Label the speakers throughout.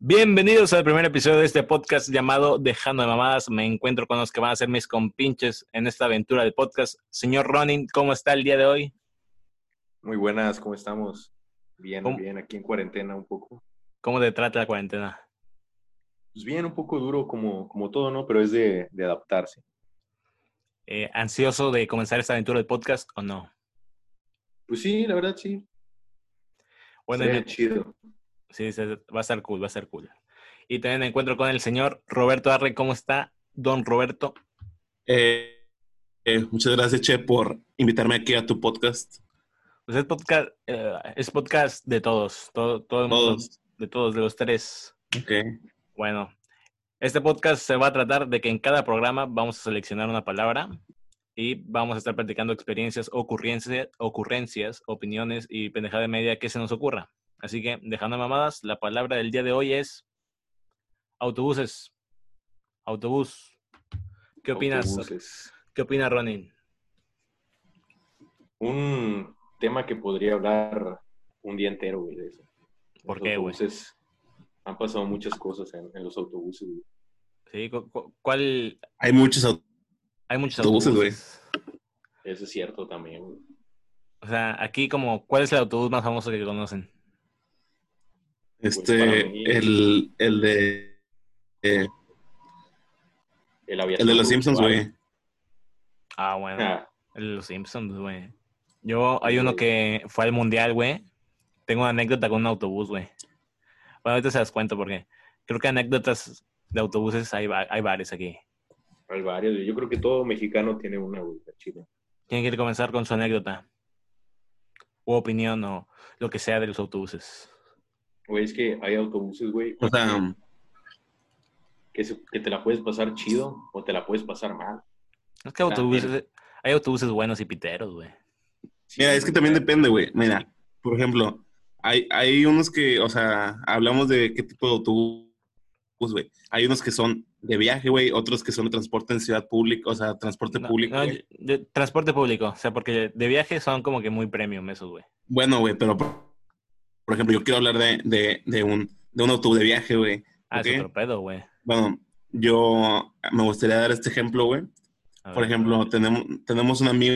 Speaker 1: Bienvenidos al primer episodio de este podcast llamado Dejando de Mamadas. Me encuentro con los que van a ser mis compinches en esta aventura del podcast. Señor Ronin, ¿cómo está el día de hoy?
Speaker 2: Muy buenas, ¿cómo estamos? Bien,
Speaker 1: ¿Cómo?
Speaker 2: bien, aquí en cuarentena un poco.
Speaker 1: ¿Cómo te trata la cuarentena?
Speaker 2: Pues bien, un poco duro como, como todo, ¿no? Pero es de, de adaptarse.
Speaker 1: Eh, ¿Ansioso de comenzar esta aventura del podcast o no?
Speaker 2: Pues sí, la verdad sí.
Speaker 1: Bueno,
Speaker 2: Sería
Speaker 1: yo-
Speaker 2: chido.
Speaker 1: sí, se- va a estar cool, va a estar cool. Y también me encuentro con el señor Roberto Arre. ¿Cómo está, don Roberto?
Speaker 3: Eh, eh, muchas gracias, Che, por invitarme aquí a tu podcast.
Speaker 1: Pues es podcast, eh, es podcast de todos, todo, todo el mundo,
Speaker 3: Todos.
Speaker 1: de todos, de los tres.
Speaker 3: Ok.
Speaker 1: Bueno, este podcast se va a tratar de que en cada programa vamos a seleccionar una palabra y vamos a estar platicando experiencias, ocurrencias, ocurrencias opiniones y pendejada de media que se nos ocurra. Así que, dejando mamadas, la palabra del día de hoy es autobuses. Autobús. ¿Qué opinas?
Speaker 2: Autobuses.
Speaker 1: ¿Qué opina Ronin?
Speaker 2: Un tema que podría hablar un día entero, güey, de eso.
Speaker 1: ¿Por
Speaker 2: Los
Speaker 1: qué, güey?
Speaker 2: autobuses. Han pasado muchas cosas en, en los autobuses, güey.
Speaker 1: Sí, cu- cu- ¿Cuál?
Speaker 3: Hay muchos. aut-
Speaker 1: Hay muchos
Speaker 3: Autobuses, güey.
Speaker 1: autobuses.
Speaker 2: Eso es cierto también, güey.
Speaker 1: O sea, aquí como, ¿cuál es el autobús más famoso que conocen?
Speaker 2: para mí-
Speaker 3: Este, el, el de. eh,
Speaker 2: El, aviación
Speaker 3: el de los
Speaker 2: güey,
Speaker 3: Simpsons,
Speaker 2: vale.
Speaker 3: güey.
Speaker 1: Ah, bueno.
Speaker 2: Ah,
Speaker 1: El de Los Simpsons, güey. Yo, hay
Speaker 2: Sí,
Speaker 1: uno
Speaker 2: güey.
Speaker 1: que fue al mundial, güey. Tengo una anécdota con un autobús, güey. Bueno, ahorita se las cuento porque creo que anécdotas de autobuses hay, va- hay varias aquí.
Speaker 2: hay varios, güey. Yo creo que todo mexicano tiene una, güey, la chida.
Speaker 1: ¿Quién quiere comenzar con su anécdota? O opinión o lo que sea de los autobuses.
Speaker 2: Güey, es que hay autobuses, güey,
Speaker 3: O sea,
Speaker 2: que, se- que te la puedes pasar chido o te la puedes pasar mal.
Speaker 1: Es que
Speaker 2: Ah,
Speaker 1: autobuses, hay autobuses buenos y piteros, güey.
Speaker 3: mira, es que también depende, güey. Mira, por ejemplo, hay, hay unos que, o sea, hablamos de qué tipo de autobús, güey. Hay unos que son de viaje, güey. Otros que son de transporte en ciudad pública, o sea, transporte
Speaker 1: No,
Speaker 3: público.
Speaker 1: no,
Speaker 3: güey.
Speaker 1: de- transporte público, o sea, porque de viaje son como que muy premium esos, güey.
Speaker 3: Bueno, güey, pero por, por ejemplo, yo quiero hablar de, de, de un, de un autobús de viaje, güey.
Speaker 1: Ah, es
Speaker 3: Ok.
Speaker 1: otro pedo, güey.
Speaker 3: Bueno, yo me gustaría dar este ejemplo, güey.
Speaker 1: A
Speaker 3: Por
Speaker 1: ver.
Speaker 3: ejemplo, tenemos, tenemos un amigo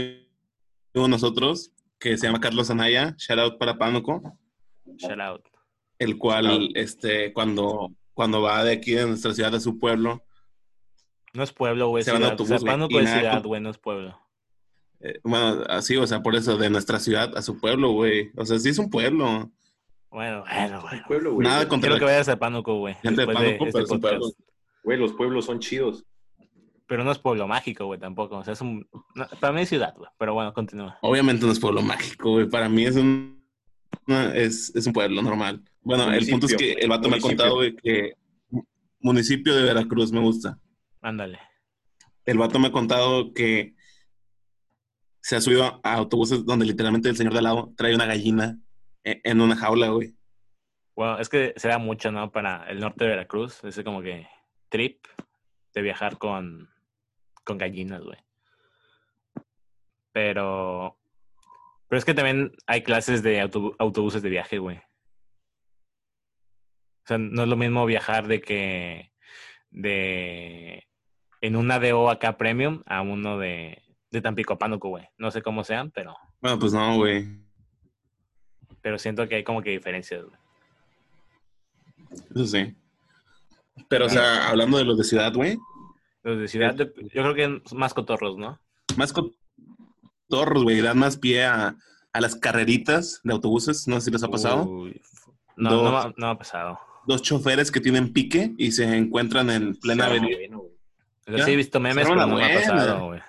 Speaker 3: nosotros que se llama Carlos Anaya, shout out para Pánuco,
Speaker 1: Shout out.
Speaker 3: el cual,
Speaker 2: Shout out.
Speaker 3: este, cuando, cuando va de aquí de nuestra ciudad a su pueblo,
Speaker 1: No es pueblo, güey. es
Speaker 3: Se van en
Speaker 1: ciudad. O sea,
Speaker 3: autobús, güey,
Speaker 1: Pánuco
Speaker 3: y
Speaker 1: es
Speaker 3: nada,
Speaker 1: ciudad,
Speaker 3: con-
Speaker 1: güey, no es pueblo.
Speaker 3: eh, bueno, así, o sea, por eso, de nuestra ciudad a su pueblo, güey. O sea, sí es un pueblo.
Speaker 1: Bueno, bueno,
Speaker 2: El
Speaker 1: bueno.
Speaker 2: pueblo, güey.
Speaker 3: Nada contra
Speaker 1: Quiero
Speaker 3: la
Speaker 1: que vayas a Pánuco, güey.
Speaker 3: gente de
Speaker 1: después de
Speaker 3: Pánuco,
Speaker 1: este
Speaker 3: pero es un
Speaker 1: podcast.
Speaker 3: pueblo.
Speaker 2: Güey, los pueblos son chidos.
Speaker 1: Pero no es pueblo mágico, güey, tampoco. O sea, es un. no, para mí es ciudad, güey. Pero bueno, continúa.
Speaker 3: Obviamente no es pueblo mágico, güey. Para mí es un, una- es, es un pueblo normal. Bueno, el punto es que
Speaker 2: Municipio,
Speaker 3: el vato me ha
Speaker 2: municipio.
Speaker 3: contado, güey, que municipio de Veracruz me gusta.
Speaker 1: Ándale.
Speaker 3: El vato me ha contado que se ha subido a, a autobuses donde literalmente el señor de al lado trae una gallina e- en, una jaula, güey.
Speaker 1: Bueno, es que se da mucho, ¿no? Para el norte de Veracruz. Ese como que trip de viajar con, con gallinas, güey. Pero. Pero es que también hay clases de autobu- autobuses de viaje, güey. O sea, no es lo mismo viajar de que. de. en un ADO acá premium a uno de. de Tampico a Pánuco, güey. No sé cómo sean, pero.
Speaker 3: Bueno, pues no, güey.
Speaker 1: pero siento que hay como que diferencias, güey.
Speaker 3: Eso sí. Pero, o sea, hablando de los de ciudad, güey,
Speaker 1: Los de ciudad, yo creo que son más cotorros, ¿no?
Speaker 3: más cotorros, güey, dan más pie a, a las carreritas de autobuses. No sé si les ha pasado.
Speaker 1: Uy, f- no,
Speaker 3: Dos.
Speaker 1: no, me ha- no me ha pasado.
Speaker 3: Dos choferes que tienen pique y se encuentran en plena
Speaker 2: Está
Speaker 3: avenida.
Speaker 2: bueno, güey.
Speaker 1: O sea,
Speaker 3: Ya,
Speaker 1: sí he visto memes,
Speaker 3: se
Speaker 1: pero
Speaker 3: arma
Speaker 1: no
Speaker 3: la
Speaker 1: me ha
Speaker 3: buena.
Speaker 1: pasado, güey.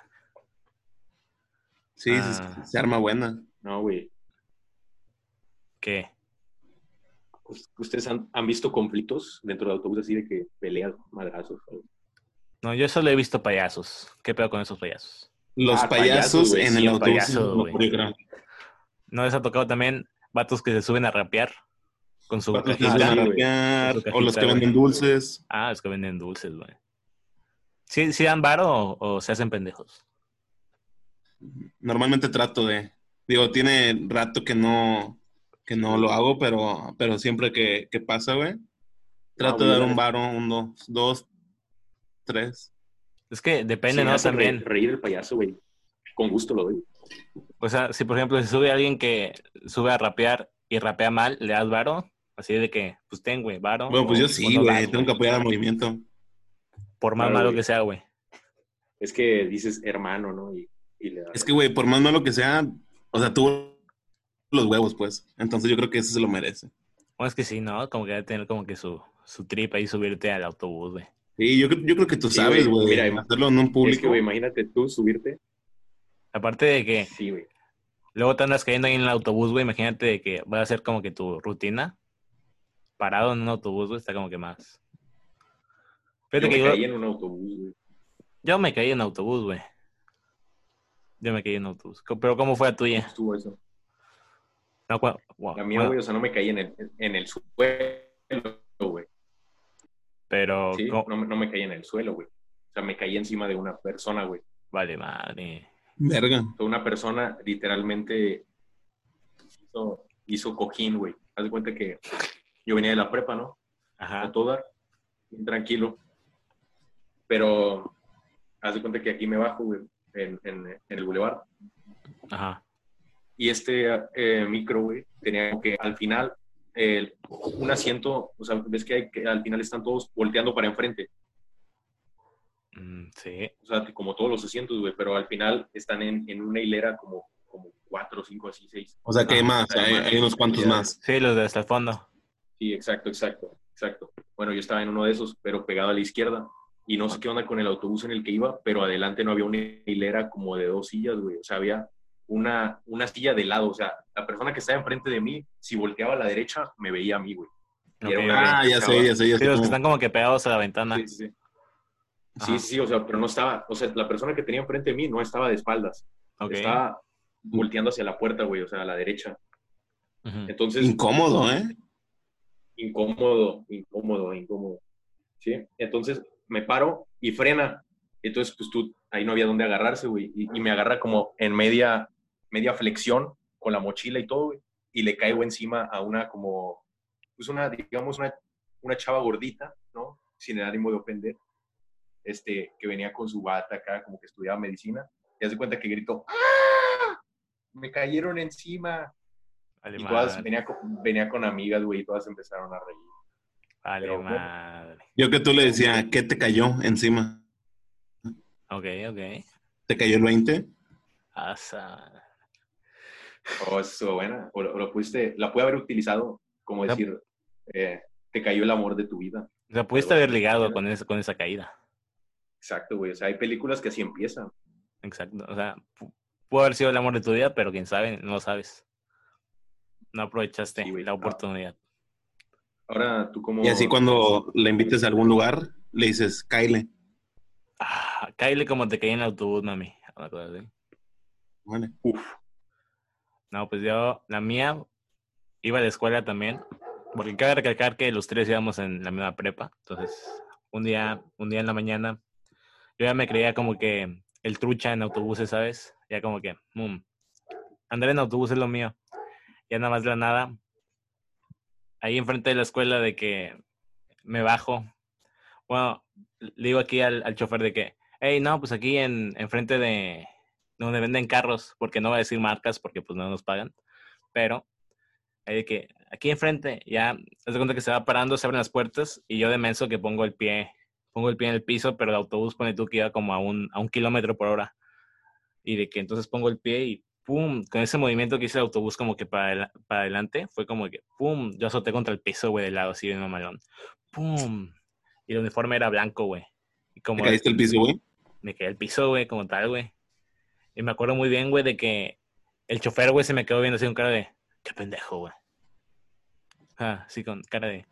Speaker 3: Sí, sí,
Speaker 1: Ah.
Speaker 3: se arma buena.
Speaker 2: No, güey.
Speaker 1: ¿Qué?
Speaker 2: Us- Pues, ¿Ustedes han, han visto conflictos dentro de autobuses así de que pelean madrazos? güey?
Speaker 1: No, yo solo he visto payasos. ¿Qué pedo con esos payasos?
Speaker 3: Los
Speaker 2: Ah, payasos,
Speaker 3: payasos
Speaker 2: güey,
Speaker 3: en
Speaker 2: sí,
Speaker 3: el
Speaker 2: el
Speaker 3: autobús.
Speaker 1: payaso, güey.
Speaker 3: yo creo.
Speaker 1: ¿No les ha tocado también vatos que se suben a rapear con su
Speaker 3: Vatos que
Speaker 1: cajita?
Speaker 3: se van a
Speaker 2: güey.
Speaker 3: rapear,
Speaker 1: Con su
Speaker 3: o los que
Speaker 1: cajita,
Speaker 3: venden
Speaker 1: güey.
Speaker 3: dulces.
Speaker 1: Ah, es que venden dulces, güey. ¿Sí, sí dan varo o, o se hacen pendejos?
Speaker 3: Normalmente trato de. Digo, tiene rato que no, que no lo hago, pero, pero siempre que, que pasa, güey, Trato
Speaker 2: Ah,
Speaker 3: de dar
Speaker 2: bueno.
Speaker 3: un varo, un dos, dos, tres.
Speaker 1: Es que
Speaker 2: Si me
Speaker 1: depende, ¿no?
Speaker 2: hace re-
Speaker 1: También.
Speaker 2: reír el payaso, güey. Con gusto lo doy.
Speaker 1: O sea, si por ejemplo se sube alguien que sube a rapear y rapea mal, le das varo. Así de que, pues ten, güey, varo.
Speaker 3: Bueno, pues
Speaker 1: o-
Speaker 3: yo
Speaker 1: o
Speaker 3: sí,
Speaker 1: no
Speaker 3: güey.
Speaker 1: das,
Speaker 3: Tengo que apoyar al movimiento.
Speaker 1: Por más
Speaker 2: Claro,
Speaker 1: malo
Speaker 2: güey.
Speaker 1: que sea, güey.
Speaker 2: Es que dices hermano, ¿no? Y, y le das-
Speaker 3: Es que, güey, por más malo que sea, o sea, tuvo los huevos, pues. Entonces yo creo que eso se lo merece.
Speaker 1: Bueno, es que sí, ¿no? Como que debe tener como que su, su trip ahí subirte al autobús, güey.
Speaker 3: Y yo, cre- yo creo que tú
Speaker 2: Sí,
Speaker 3: sabes,
Speaker 2: güey,
Speaker 3: güey.
Speaker 2: mira,
Speaker 3: hacerlo en un
Speaker 2: Es que,
Speaker 3: público.
Speaker 2: güey, imagínate tú subirte.
Speaker 1: Aparte de que
Speaker 2: Sí, güey.
Speaker 1: luego te andas cayendo ahí en el autobús, güey. Imagínate de que va a ser como que tu rutina parado en un autobús, güey. Está como que más. Fíjate
Speaker 2: Yo
Speaker 1: que
Speaker 2: me
Speaker 1: yo,
Speaker 2: caí en un autobús, güey.
Speaker 1: yo me caí en autobús, güey. Yo me caí en autobús. Co- Pero ¿cómo fue la tuya?
Speaker 2: Estuvo eso.
Speaker 1: No, cua- wow,
Speaker 2: La mía,
Speaker 1: bueno,
Speaker 2: güey, o sea, no me caí en el, en el suelo, güey.
Speaker 1: pero
Speaker 2: Sí,
Speaker 1: ¿cómo-
Speaker 2: no, me- no me caí en el suelo, güey. O sea, me caí encima de una persona, güey.
Speaker 1: Vale, madre.
Speaker 3: Verga.
Speaker 2: O sea, Una persona literalmente hizo, hizo cojín, güey. Haz de cuenta que yo venía de la prepa, ¿no? a
Speaker 1: Ajá.
Speaker 2: todo dar, bien tranquilo. Pero haz de cuenta que aquí me bajo, güey, en, en- en el bulevar.
Speaker 1: Ajá.
Speaker 2: Y este eh, micro, güey, tenía como que al final el- un asiento, o sea, ves que, hay que al final están todos volteando para enfrente,
Speaker 1: Mm, sí.
Speaker 2: o sea, como todos los asientos, güey, pero al final están en, en una hilera como, como cuatro, cinco, así, seis.
Speaker 3: O sea, que hay
Speaker 2: Ah,
Speaker 3: más, hay,
Speaker 2: además,
Speaker 3: hay unos cuantos
Speaker 2: ya.
Speaker 3: más.
Speaker 1: Sí, los de hasta el fondo.
Speaker 2: Sí, exacto, exacto, exacto. Bueno, yo estaba en uno de esos, pero pegado a la izquierda. Y no sé qué onda con el autobús en el que iba, pero adelante no había una hilera como de dos sillas, güey. O sea, había una, una silla de lado. O sea, la persona que estaba enfrente de mí, si volteaba a la derecha, me veía a mí, güey. Y era
Speaker 1: Ok,
Speaker 2: una-
Speaker 1: ok.
Speaker 3: Ah, ya sé, ya sé, ya
Speaker 1: Sí,
Speaker 3: sé.
Speaker 1: los que
Speaker 3: cómo.
Speaker 1: están como que pegados a la ventana.
Speaker 2: Sí, sí, sí.
Speaker 1: Ajá.
Speaker 2: Sí, sí, sí, o sea, pero no estaba, o sea, la persona que tenía enfrente de mí no estaba de espaldas,
Speaker 1: Ok.
Speaker 2: estaba volteando hacia la puerta, güey, o sea, a la derecha.
Speaker 1: Ujú.
Speaker 2: Entonces,
Speaker 3: Incómodo, ¿eh?
Speaker 2: incómodo, incómodo, incómodo. ¿Sí? Entonces me paro y frena. Entonces, pues tú, ahí no había dónde agarrarse, güey. Y, y me agarra como en media, media flexión con la mochila y todo, güey. Y le caigo encima a una como, pues una, digamos, una, una chava gordita, ¿no? Sin el ánimo de ofender. Este, que venía con su bata acá, como que estudiaba medicina. Y hace cuenta que gritó, ¡Ah! Me cayeron encima.
Speaker 1: Vale,
Speaker 2: Y todas
Speaker 1: madre.
Speaker 2: venía con, venía con amigas, güey, y todas empezaron a reír.
Speaker 1: Vale,
Speaker 2: Pero, bueno.
Speaker 1: madre.
Speaker 3: Yo que tú le decía, ¿qué te cayó encima?
Speaker 1: Ok, ok.
Speaker 3: ¿Te cayó el 20?
Speaker 1: Asa.
Speaker 2: Oh, eso estuvo buena. O, lo- o lo pudiste, la pude haber utilizado como
Speaker 1: La-
Speaker 2: decir, eh, te cayó el amor de tu vida.
Speaker 1: O sea, pudiste
Speaker 2: Algo
Speaker 1: haber
Speaker 2: así,
Speaker 1: ligado
Speaker 2: ¿no?
Speaker 1: con, esa- con esa caída.
Speaker 2: Exacto, güey. O sea, hay películas que así empiezan.
Speaker 1: Exacto. O sea, pu- pudo haber sido el amor de tu vida, pero quién sabe, no lo sabes. No aprovechaste
Speaker 2: Sí, güey,
Speaker 1: la
Speaker 2: no.
Speaker 1: oportunidad.
Speaker 2: Ahora tú como...
Speaker 3: Y así cuando la invites a algún lugar, le dices, Kyle.
Speaker 1: Ah, cáile como te caí en el autobús, mami. Una cosa así.
Speaker 3: Vale.
Speaker 1: No, pues yo, la mía, iba a la escuela también, porque cabe recalcar que los tres íbamos en la misma prepa. Entonces, un día, un día en la mañana, yo ya me creía como que el trucha en autobuses, ¿sabes? Ya como que, mm, andar en autobús es lo mío. Ya nada más de la nada, ahí enfrente de la escuela de que me bajo. Bueno, le digo aquí al, al chofer de que, hey, no, pues aquí en, enfrente de donde venden carros, porque no voy a decir marcas, porque pues no nos pagan, pero ahí de que aquí enfrente ya, haz de cuenta que se va parando, se abren las puertas y yo de menso que pongo el pie, pongo el pie en el piso, pero el autobús pone tú que iba como a un, a un kilómetro por hora y de que entonces pongo el pie y pum, con ese movimiento que hice el autobús como que para, adela- para adelante, fue como que pum, yo azoté contra el piso, güey, de lado así bien mamalón, pum, y el uniforme era blanco, güey. Y
Speaker 3: ¿Te
Speaker 1: como
Speaker 3: caíste el piso, güey?
Speaker 1: me quedé al piso, güey, como tal, güey. Y me acuerdo muy bien, güey, de que el chofer, güey, se me quedó viendo así con cara de, qué pendejo, güey. Ah, sí, con cara de,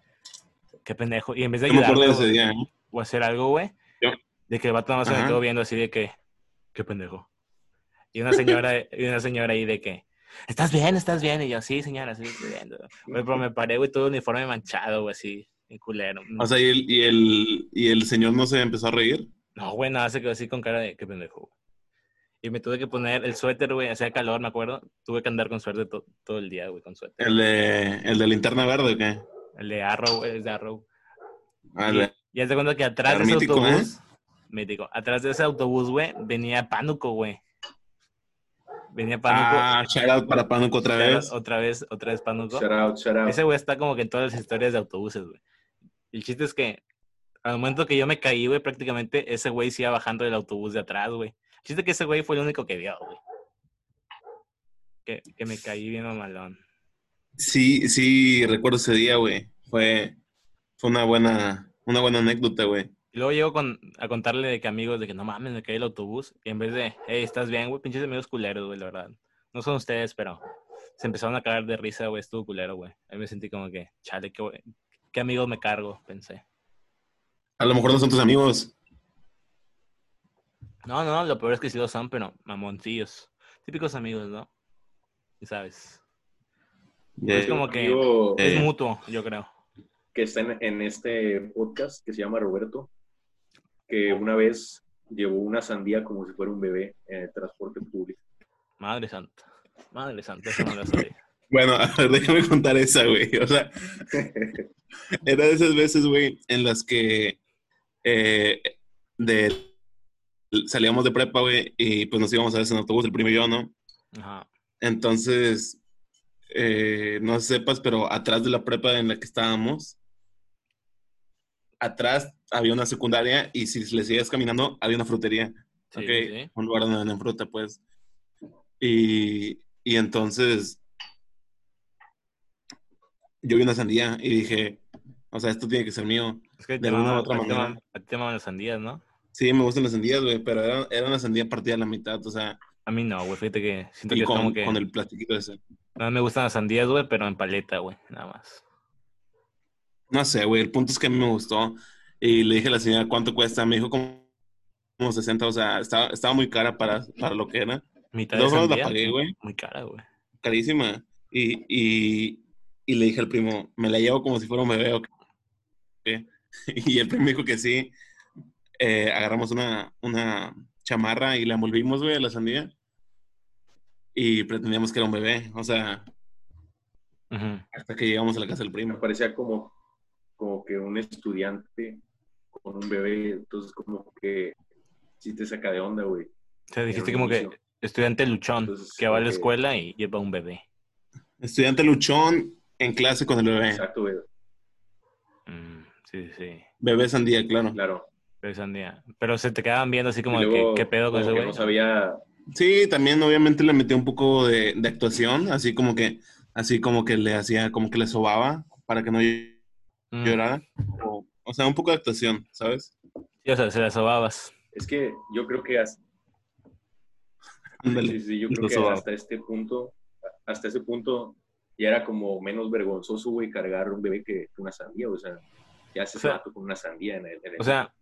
Speaker 1: qué pendejo. Y en vez de
Speaker 3: Yo me acuerdo
Speaker 1: ayudarme
Speaker 3: de ese
Speaker 1: güey,
Speaker 3: día, ¿eh?
Speaker 1: o hacer algo, güey,
Speaker 3: Yo.
Speaker 1: de que el vato nada más se me
Speaker 3: Ajá.
Speaker 1: quedó viendo así de que, qué pendejo. Y una señora, y una señora ahí de que, ¿estás bien? ¿Estás bien? Y yo, sí, señora, sí, estoy bien. Güey, pero me paré, güey, todo uniforme manchado, güey, así, en culero.
Speaker 3: O sea, y el, y, el, y el señor no se empezó a reír.
Speaker 1: No, güey, nada, se quedó así con cara de qué pendejo. güey". Y me tuve que poner el suéter, güey, hacía calor, me acuerdo. Tuve que andar con suéter to- todo el día, güey, con suéter.
Speaker 3: ¿El de, el de linterna verde o qué?
Speaker 1: El de Arrow, güey, el de Arrow.
Speaker 3: Ah,
Speaker 1: Y-
Speaker 3: la-
Speaker 1: Y haz de cuenta que atrás de ese
Speaker 3: Mítico,
Speaker 1: autobús, mítico, atrás de ese autobús, güey, venía Pánuco, güey. Venía Pánuco.
Speaker 3: Ah, shout out para Pánuco otra
Speaker 1: Claro,
Speaker 3: vez.
Speaker 1: Otra vez, otra vez Pánuco.
Speaker 2: Shout out, shout out.
Speaker 1: Ese güey está como que en todas las historias de autobuses, güey. El chiste es que al momento que yo me caí, güey, prácticamente ese güey se iba bajando del autobús de atrás, güey. El chiste es que ese güey fue el único que vio, güey. Que, que me caí bien mamalón.
Speaker 3: Sí, sí, recuerdo ese día, güey. Fue, fue una buena, una buena anécdota, güey.
Speaker 1: Y luego llego con, a contarle de que amigos, de que no mames, me caí del autobús. Y en vez de, hey, ¿estás bien, güey? Pinches amigos culeros, güey, la verdad. No son ustedes, pero se empezaron a cagar de risa, güey. Estuvo culero, güey. Ahí me sentí como que, chale, qué, güey- qué amigos me cargo, pensé.
Speaker 3: A lo mejor no son tus amigos.
Speaker 1: No, no, lo peor es que sí lo son, pero mamoncillos. Típicos amigos, ¿no? Y sabes. es como que
Speaker 2: Amigo
Speaker 3: Eh.
Speaker 1: es mutuo, yo creo.
Speaker 2: que está en, en este podcast que se llama Roberto, que una vez llevó una sandía como si fuera un bebé en el transporte público.
Speaker 1: Madre santa. Madre santa, eso no lo sabía.
Speaker 3: Bueno, a ver, déjame contar esa, güey. O sea, era de esas veces, güey, en las que eh, de- salíamos de prepa, güey, y pues nos íbamos a veces en autobús, el primo y yo, ¿no?
Speaker 1: Ajá.
Speaker 3: Entonces, eh, no sepas, pero atrás de la prepa en la que estábamos, atrás había una secundaria y si le seguías caminando, había una frutería.
Speaker 1: Sí,
Speaker 3: ok,
Speaker 1: sí.
Speaker 3: un lugar donde venden fruta, pues. Y, y entonces yo vi una sandía y dije, o sea, esto tiene que ser mío.
Speaker 1: Es que
Speaker 3: De
Speaker 1: te
Speaker 3: alguna
Speaker 1: maman-
Speaker 3: u otra
Speaker 1: a ti te
Speaker 3: manera.
Speaker 1: maman- a ti te maman las sandías, ¿no?
Speaker 3: Sí, me gustan las sandías, güey, pero era, era una sandía partida a la mitad, o sea,
Speaker 1: A mí no, güey. Fíjate que siento que
Speaker 3: y
Speaker 1: es como
Speaker 3: con,
Speaker 1: que.
Speaker 3: con el plastiquito ese.
Speaker 1: No me gustan las sandías, güey, pero en paleta, güey. Nada más.
Speaker 3: No sé, güey, el punto es que a mí me gustó y le dije a la señora cuánto cuesta, me dijo como, como 60, o sea, estaba, estaba muy cara para, para lo que era.
Speaker 1: Mitad
Speaker 3: De
Speaker 1: de
Speaker 3: todas formas
Speaker 1: sandía.
Speaker 3: la pagué, güey.
Speaker 1: Muy cara, güey.
Speaker 3: carísima. Y, y, y le dije al primo, me la llevo como si fuera un bebé. ¿o qué?". Y el primo dijo que sí. Eh, agarramos una, una chamarra y la envolvimos, güey, a la sandía. Y pretendíamos que era un bebé. O sea,
Speaker 1: Ujú.
Speaker 3: hasta que llegamos a la casa del
Speaker 2: Me
Speaker 3: primo.
Speaker 2: parecía como, como que un estudiante con un bebé, entonces como que sí te saca de onda, güey.
Speaker 1: O sea, dijiste
Speaker 2: Era un
Speaker 1: como que
Speaker 2: inicio.
Speaker 1: estudiante luchón
Speaker 2: Entonces,
Speaker 1: Mm, que va a la
Speaker 2: ok.
Speaker 1: escuela y lleva un bebé.
Speaker 3: Estudiante luchón en clase con el
Speaker 1: Eh.
Speaker 3: bebé.
Speaker 2: Exacto, güey.
Speaker 1: Mm, sí, sí, sí.
Speaker 3: Bebé sandía, claro.
Speaker 2: Claro.
Speaker 1: Pero sandía. Pero se te quedaban viendo así como
Speaker 2: Y
Speaker 1: de que,
Speaker 2: luego,
Speaker 1: ¿qué pedo con
Speaker 2: como
Speaker 1: ese
Speaker 2: que
Speaker 1: güey?
Speaker 2: No sabía
Speaker 3: Sí, también obviamente le metí un poco de, de actuación, así como que, así como que le hacía, como que le sobaba para que no
Speaker 1: Mm.
Speaker 3: llorara. O, o sea, un poco de actuación, ¿sabes?
Speaker 1: Sí, o sea, se la sobabas.
Speaker 2: Es que yo creo que hasta,
Speaker 3: Ándale.
Speaker 2: sí, sí, yo
Speaker 3: Lo
Speaker 2: creo que
Speaker 3: sobaba.
Speaker 2: hasta este punto, hasta ese punto, ya era como menos vergonzoso, güey, cargar un bebé que que una sandía, o sea, ya se
Speaker 1: O sea-
Speaker 2: rato con una sandía en el... en el-
Speaker 1: O sea,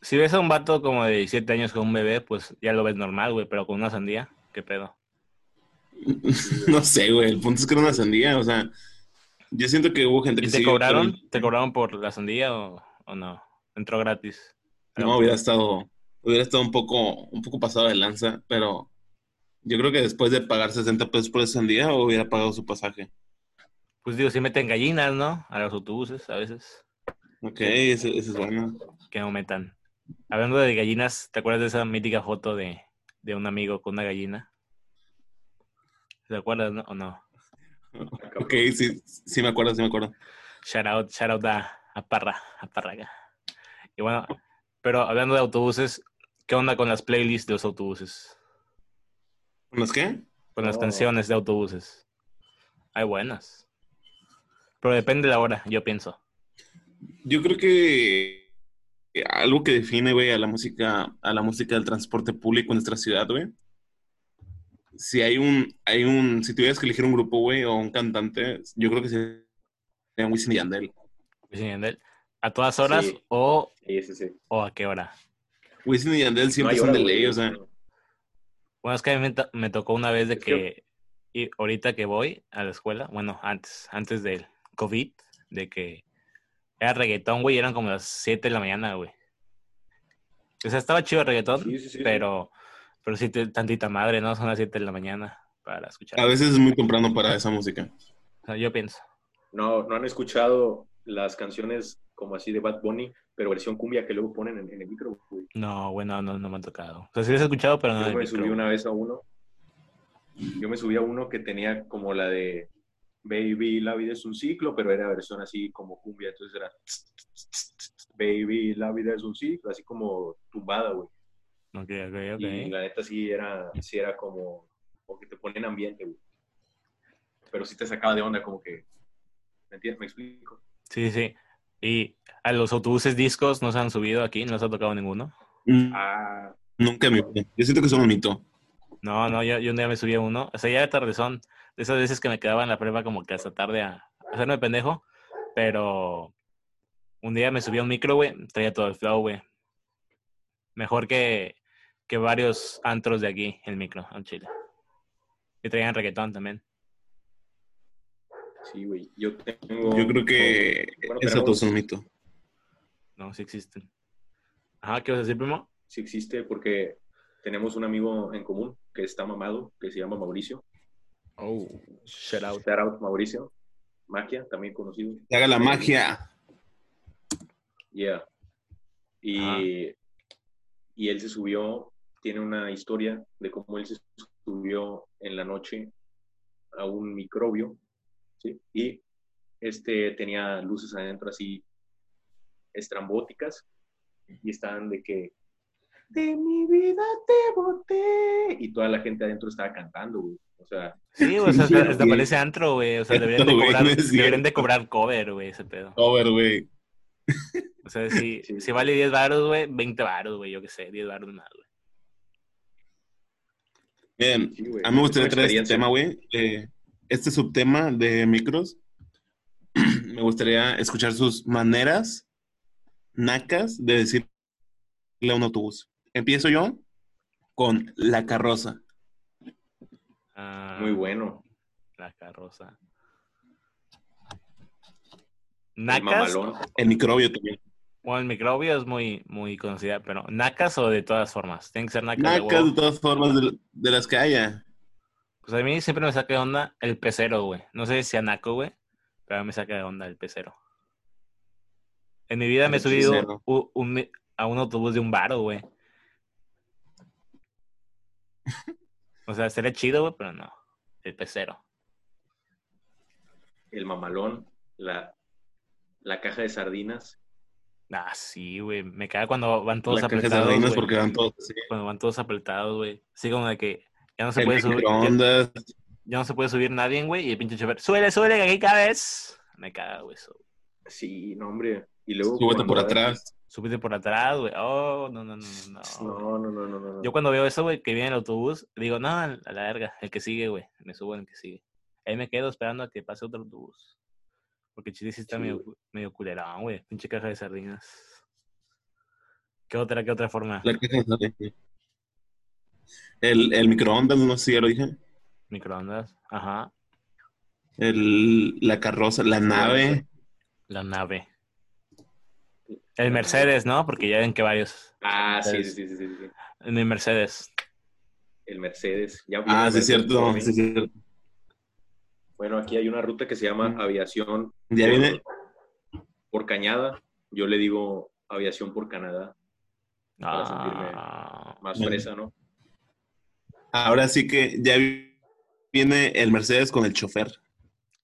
Speaker 1: si ves a un vato como de 17 años con un bebé, pues ya lo ves normal, güey, pero con una sandía, ¿qué pedo?
Speaker 3: No sé, güey. El punto es que era una sandía, o sea, yo siento que hubo gente que
Speaker 1: ¿Y te
Speaker 3: sí,
Speaker 1: cobraron?
Speaker 3: pero
Speaker 1: ¿Te cobraron por la sandía o, o no? Entró gratis.
Speaker 3: No hubiera estado, hubiera estado un poco, un poco pasado de lanza, pero yo creo que después de pagar 60 pesos por esa sandía, hubiera pagado su pasaje.
Speaker 1: Pues digo, sí meten gallinas, ¿no? A los autobuses a veces,
Speaker 3: Ok, ese, ese es bueno.
Speaker 1: que aumentan. Hablando de gallinas, ¿te acuerdas de esa mítica foto de, de un amigo con una gallina? ¿Te acuerdas no? o no?
Speaker 3: Ok, sí, sí me acuerdo, sí me acuerdo.
Speaker 1: Shout out, shout out a, a Parra, a Parraga. Y bueno, pero hablando de autobuses, ¿qué onda con las playlists de los autobuses?
Speaker 3: ¿Con las qué?
Speaker 1: Con las
Speaker 2: No.
Speaker 1: canciones de autobuses. Hay buenas. Pero depende de la hora, yo pienso.
Speaker 3: Yo creo que que algo que define, güey, a la música, a la música del transporte público en nuestra ciudad, güey. Si hay un, hay un, si tuvieras que elegir un grupo, güey, o un cantante, yo creo que sería Wisin y Yandel.
Speaker 1: Wisin y Yandel, Pues, ¿A todas horas
Speaker 2: Sí.
Speaker 1: o,
Speaker 2: Sí, sí, sí.
Speaker 1: o a qué hora?
Speaker 3: Wisin y Yandel
Speaker 2: No
Speaker 3: siempre
Speaker 2: hay
Speaker 3: son
Speaker 2: hora,
Speaker 3: de
Speaker 2: güey,
Speaker 3: ley, o sea,
Speaker 2: no.
Speaker 1: Bueno, es que a mí me, to- me tocó una vez de
Speaker 2: Es que-
Speaker 1: que, y ahorita que voy a la escuela, bueno, antes, antes del COVID, de que era reggaetón, güey, eran como las 7 de la mañana, güey. O sea, estaba chido el reggaetón,
Speaker 2: Sí, sí, sí, sí.
Speaker 1: pero, pero sí, te- tantita madre, ¿no? Son las 7 de la mañana para escuchar.
Speaker 3: a veces es muy temprano para esa música.
Speaker 1: O sea, yo pienso.
Speaker 2: No, no han escuchado las canciones como así de Bad Bunny, pero versión cumbia que luego ponen en, en el micro, güey.
Speaker 1: No, bueno, no, no me han tocado. O sea, sí les he escuchado, pero no. en
Speaker 2: Yo
Speaker 1: el
Speaker 2: me
Speaker 1: micro.
Speaker 2: subí una vez a uno. Yo me subí a uno que tenía como la de Baby, la vida es un ciclo, pero era versión así como cumbia. Entonces era Baby, la vida es un ciclo, así como tumbada, güey.
Speaker 1: Ok, ok, ok.
Speaker 2: Y la neta sí era, sí era como, como que te ponen ambiente, güey. Pero sí te sacaba de onda, como que. ¿Me entiendes? ¿Me explico?
Speaker 1: Sí, sí. Y a los autobuses discos no se han subido aquí, no se ha tocado ninguno.
Speaker 3: Mm,
Speaker 2: Ah,
Speaker 3: Nunca me. Yo siento que es un mito.
Speaker 1: No, no, yo, yo un día me subí a uno. O sea, ya de tardezón. De esas veces que me quedaba en la prueba como que hasta tarde a a hacerme pendejo. Pero un día me subí a un micro, güey. Traía todo el flow, güey. Mejor que, que varios antros de aquí, el micro, en Chile. Y traían reggaetón también.
Speaker 2: sí, güey. Yo tengo.
Speaker 3: Yo creo que
Speaker 2: Bueno,
Speaker 3: es
Speaker 2: pero-
Speaker 3: todo es un mito.
Speaker 1: No, sí existen. Ajá, ¿qué vas a decir, primo?
Speaker 2: sí existe porque tenemos un amigo en común que está mamado, que se llama Mauricio.
Speaker 1: Oh, shout out.
Speaker 2: Shout out Mauricio. Maquia, también conocido.
Speaker 3: Que haga la magia.
Speaker 2: Yeah. Y,
Speaker 1: Ah.
Speaker 2: y él se subió, tiene una historia de cómo él se subió en la noche a un microbio, ¿sí? Y este tenía luces adentro así estrambóticas y estaban de que de mi vida te boté y toda la gente adentro estaba cantando, güey. O sea,
Speaker 1: Sí, o sea, hasta, hasta
Speaker 3: Sí.
Speaker 1: parece antro, güey. O sea, deberían de
Speaker 3: Güey, no
Speaker 1: cobrar,
Speaker 3: es cierto.
Speaker 1: deberían de cobrar cover, güey, ese pedo.
Speaker 3: Over, güey.
Speaker 1: O sea, si,
Speaker 2: Sí.
Speaker 1: si vale 10 baros, güey, 20 baros, güey, yo qué sé, 10 baros más, güey.
Speaker 3: Bien.
Speaker 2: sí, güey,
Speaker 3: A mí me gustaría
Speaker 2: es una
Speaker 3: traer este
Speaker 2: experiencia.
Speaker 3: tema, güey. eh, este subtema de micros. me gustaría escuchar sus maneras nacas de decirle a un autobús. Empiezo yo con la carroza.
Speaker 1: Ah,
Speaker 2: Muy bueno.
Speaker 1: La carroza.
Speaker 2: El
Speaker 1: ¿Nacas?
Speaker 2: mamalón.
Speaker 3: El microbio también.
Speaker 1: Bueno, el microbio es muy, muy conocida, pero ¿nacas o de todas formas? Tienen que ser nacas. de
Speaker 3: Nacas de
Speaker 1: huevo.
Speaker 3: todas formas de, de las que haya.
Speaker 1: Pues a mí siempre me saca de onda el pecero, güey. No sé si a naco, güey, pero a mí me saca de onda el pecero. En mi vida me he
Speaker 3: El
Speaker 1: subido
Speaker 3: pecero.
Speaker 1: u- un mi- a un autobús de un baro, güey. O sea, sería chido, güey, pero no. El pecero.
Speaker 2: el mamalón, la, la caja de sardinas.
Speaker 1: Ah, sí, güey. Me caga cuando van todos
Speaker 3: Las cajas de
Speaker 1: apretados,
Speaker 3: reinas
Speaker 1: güey.
Speaker 3: porque van todos. así.
Speaker 1: Cuando van todos apretados, güey. Así como de que ya no se
Speaker 3: El
Speaker 1: puede subir. Ya,
Speaker 3: microondas.
Speaker 1: ya no se puede subir nadie, güey. Y el pinche chofer, súbele, súbele, que aquí cabes. Me caga, güey, eso.
Speaker 2: Sí, no, hombre. Y luego.
Speaker 3: Súbete
Speaker 2: cuando
Speaker 3: por
Speaker 2: ves-
Speaker 3: atrás.
Speaker 1: Súbete por atrás, güey. Oh, no, no, no, no. no. güey.
Speaker 2: No, no, no, no, no. no.
Speaker 1: Yo cuando veo eso, güey, que viene el autobús, digo, no, a la verga, el que sigue, güey. Me subo en el que sigue. Ahí me quedo esperando a que pase otro autobús. Porque Chile sí está
Speaker 2: Sí,
Speaker 1: medio,
Speaker 2: güey.
Speaker 1: medio culerón, güey. Pinche caja de sardinas. ¿Qué otra, qué otra forma?
Speaker 3: La caja de reinas. El, el microondas, no sé si ya lo dije.
Speaker 1: Microondas. Ajá.
Speaker 3: El, la carroza, la nave.
Speaker 1: La nave.
Speaker 2: La nave.
Speaker 1: El Mercedes, ¿no? Porque ya ven que varios.
Speaker 2: Ah, sí,
Speaker 1: Mercedes.
Speaker 2: sí, sí, sí, sí, sí.
Speaker 1: En el Mercedes.
Speaker 2: El Mercedes. Ya
Speaker 3: Ah, sí,
Speaker 2: viene
Speaker 3: es cierto.
Speaker 2: Mercedes.
Speaker 3: sí, es cierto.
Speaker 2: Bueno, aquí hay una ruta que se llama
Speaker 3: Mm.
Speaker 2: Aviación
Speaker 3: Ya viene.
Speaker 2: por Cañada. Yo le digo Aviación por Canadá. Para sentirme-
Speaker 1: Ah,
Speaker 2: Más
Speaker 3: Mm.
Speaker 2: fresa, ¿no?
Speaker 3: Ahora sí que ya vi- viene el Mercedes con el chofer.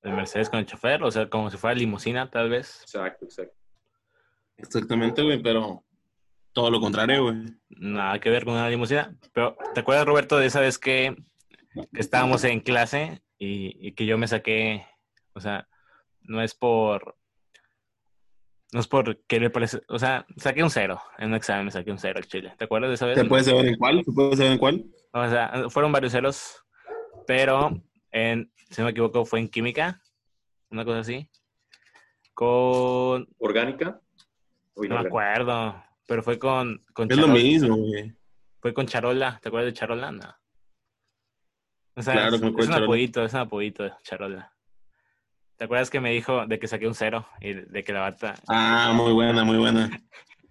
Speaker 1: el Mercedes con el chofer, o sea, como si fuera limusina, tal vez.
Speaker 2: Exacto, exacto.
Speaker 3: Exactamente, güey, pero todo lo contrario, güey.
Speaker 1: Nada que ver con una limusina. Pero, ¿te acuerdas, Roberto, de esa vez que, que estábamos en clase y, y que yo me saqué? O sea, no es por. No es por querer parecer. O sea, saqué un cero. En un examen me saqué un cero al chile. ¿Te acuerdas de esa vez?
Speaker 3: ¿Se puede saber en cuál? ¿Se puede saber en cuál?
Speaker 1: O sea, fueron varios ceros, pero en, si no me equivoco, fue en química, una cosa así. Con.
Speaker 2: ¿Orgánica? o
Speaker 1: No me
Speaker 2: inorgánica?
Speaker 1: acuerdo, pero fue con. con
Speaker 3: Es lo
Speaker 1: Charola.
Speaker 3: mismo, güey.
Speaker 1: Fue con Charola, ¿te acuerdas de Charola? No. O sea,
Speaker 3: Claro
Speaker 1: es,
Speaker 3: que me acuerdo
Speaker 1: es un
Speaker 3: de Charola.
Speaker 1: apodito, es un apodito, Charola. ¿Te acuerdas que me dijo de que saqué un cero y de que la bata.
Speaker 3: Ah, muy buena, muy buena.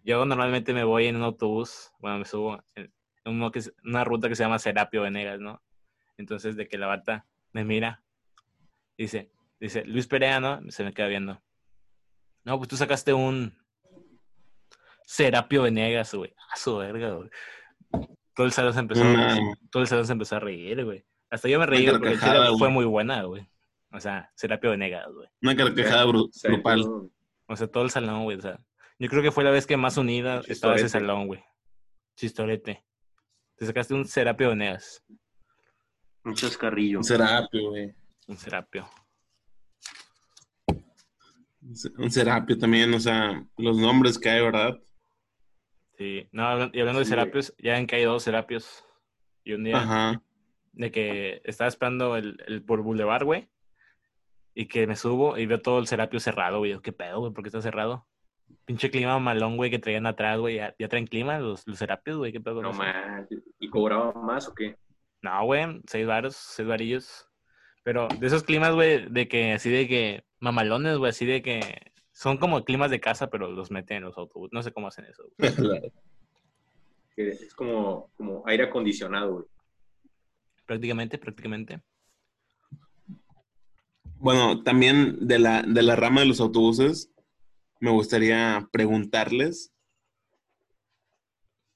Speaker 1: Yo normalmente me voy en un autobús, bueno, me subo en uno que es- una ruta que se llama Serapio Venegas, ¿no? Entonces, de que la bata me mira, dice, dice, Luis Perea, ¿no? Se me queda viendo. No, pues tú sacaste un, Serapio Venegas, güey. A su verga, güey. Todo el salón se empezó,
Speaker 3: Una-
Speaker 1: todo el salón se empezó a reír, güey. Hasta yo me reí
Speaker 3: Una
Speaker 1: güey, porque el
Speaker 3: carcajada,
Speaker 1: chile fue
Speaker 3: güey.
Speaker 1: muy buena, güey. O sea, Serapio Venegas, güey.
Speaker 3: Una carcajada
Speaker 2: O
Speaker 3: bru-
Speaker 2: sea,
Speaker 3: grupal.
Speaker 2: yo-
Speaker 1: O sea, todo el salón, güey. O sea, yo creo que fue la vez que más unida estaba ese
Speaker 2: Chistorete.
Speaker 1: salón, güey. Chistorete. Te sacaste un Serapio Venegas.
Speaker 4: Un chascarrillo.
Speaker 3: Un serapio, güey.
Speaker 1: Un Serapio.
Speaker 3: Un se- Un serapio también, o sea, los nombres que hay, ¿verdad?
Speaker 1: Sí. No, hablan- y hablando de
Speaker 2: Sí, güey.
Speaker 1: Serapios, ya ven que hay dos Serapios. Y un día,
Speaker 3: Ajá.
Speaker 1: de que estaba esperando el, el por Boulevard, güey. Y que me subo y veo todo el Serapio cerrado, güey. Yo, ¿Qué pedo, güey? ¿Por qué está cerrado? Pinche clima malón, güey, que traían atrás, güey. ¿Ya, ya traen clima los, los Serapios, güey? ¿Qué pedo con
Speaker 2: No
Speaker 1: eso?
Speaker 2: man. ¿Y cobraba más o qué?
Speaker 1: No, güey, seis varos, seis varillos. Pero de esos climas, güey, de que así de que mamalones, güey, así de que son como climas de casa, pero los meten en los autobuses. No sé cómo hacen eso. güey.
Speaker 2: Que es como, como aire acondicionado, güey.
Speaker 1: Prácticamente, prácticamente.
Speaker 3: Bueno, también de la, de la rama de los autobuses, me gustaría preguntarles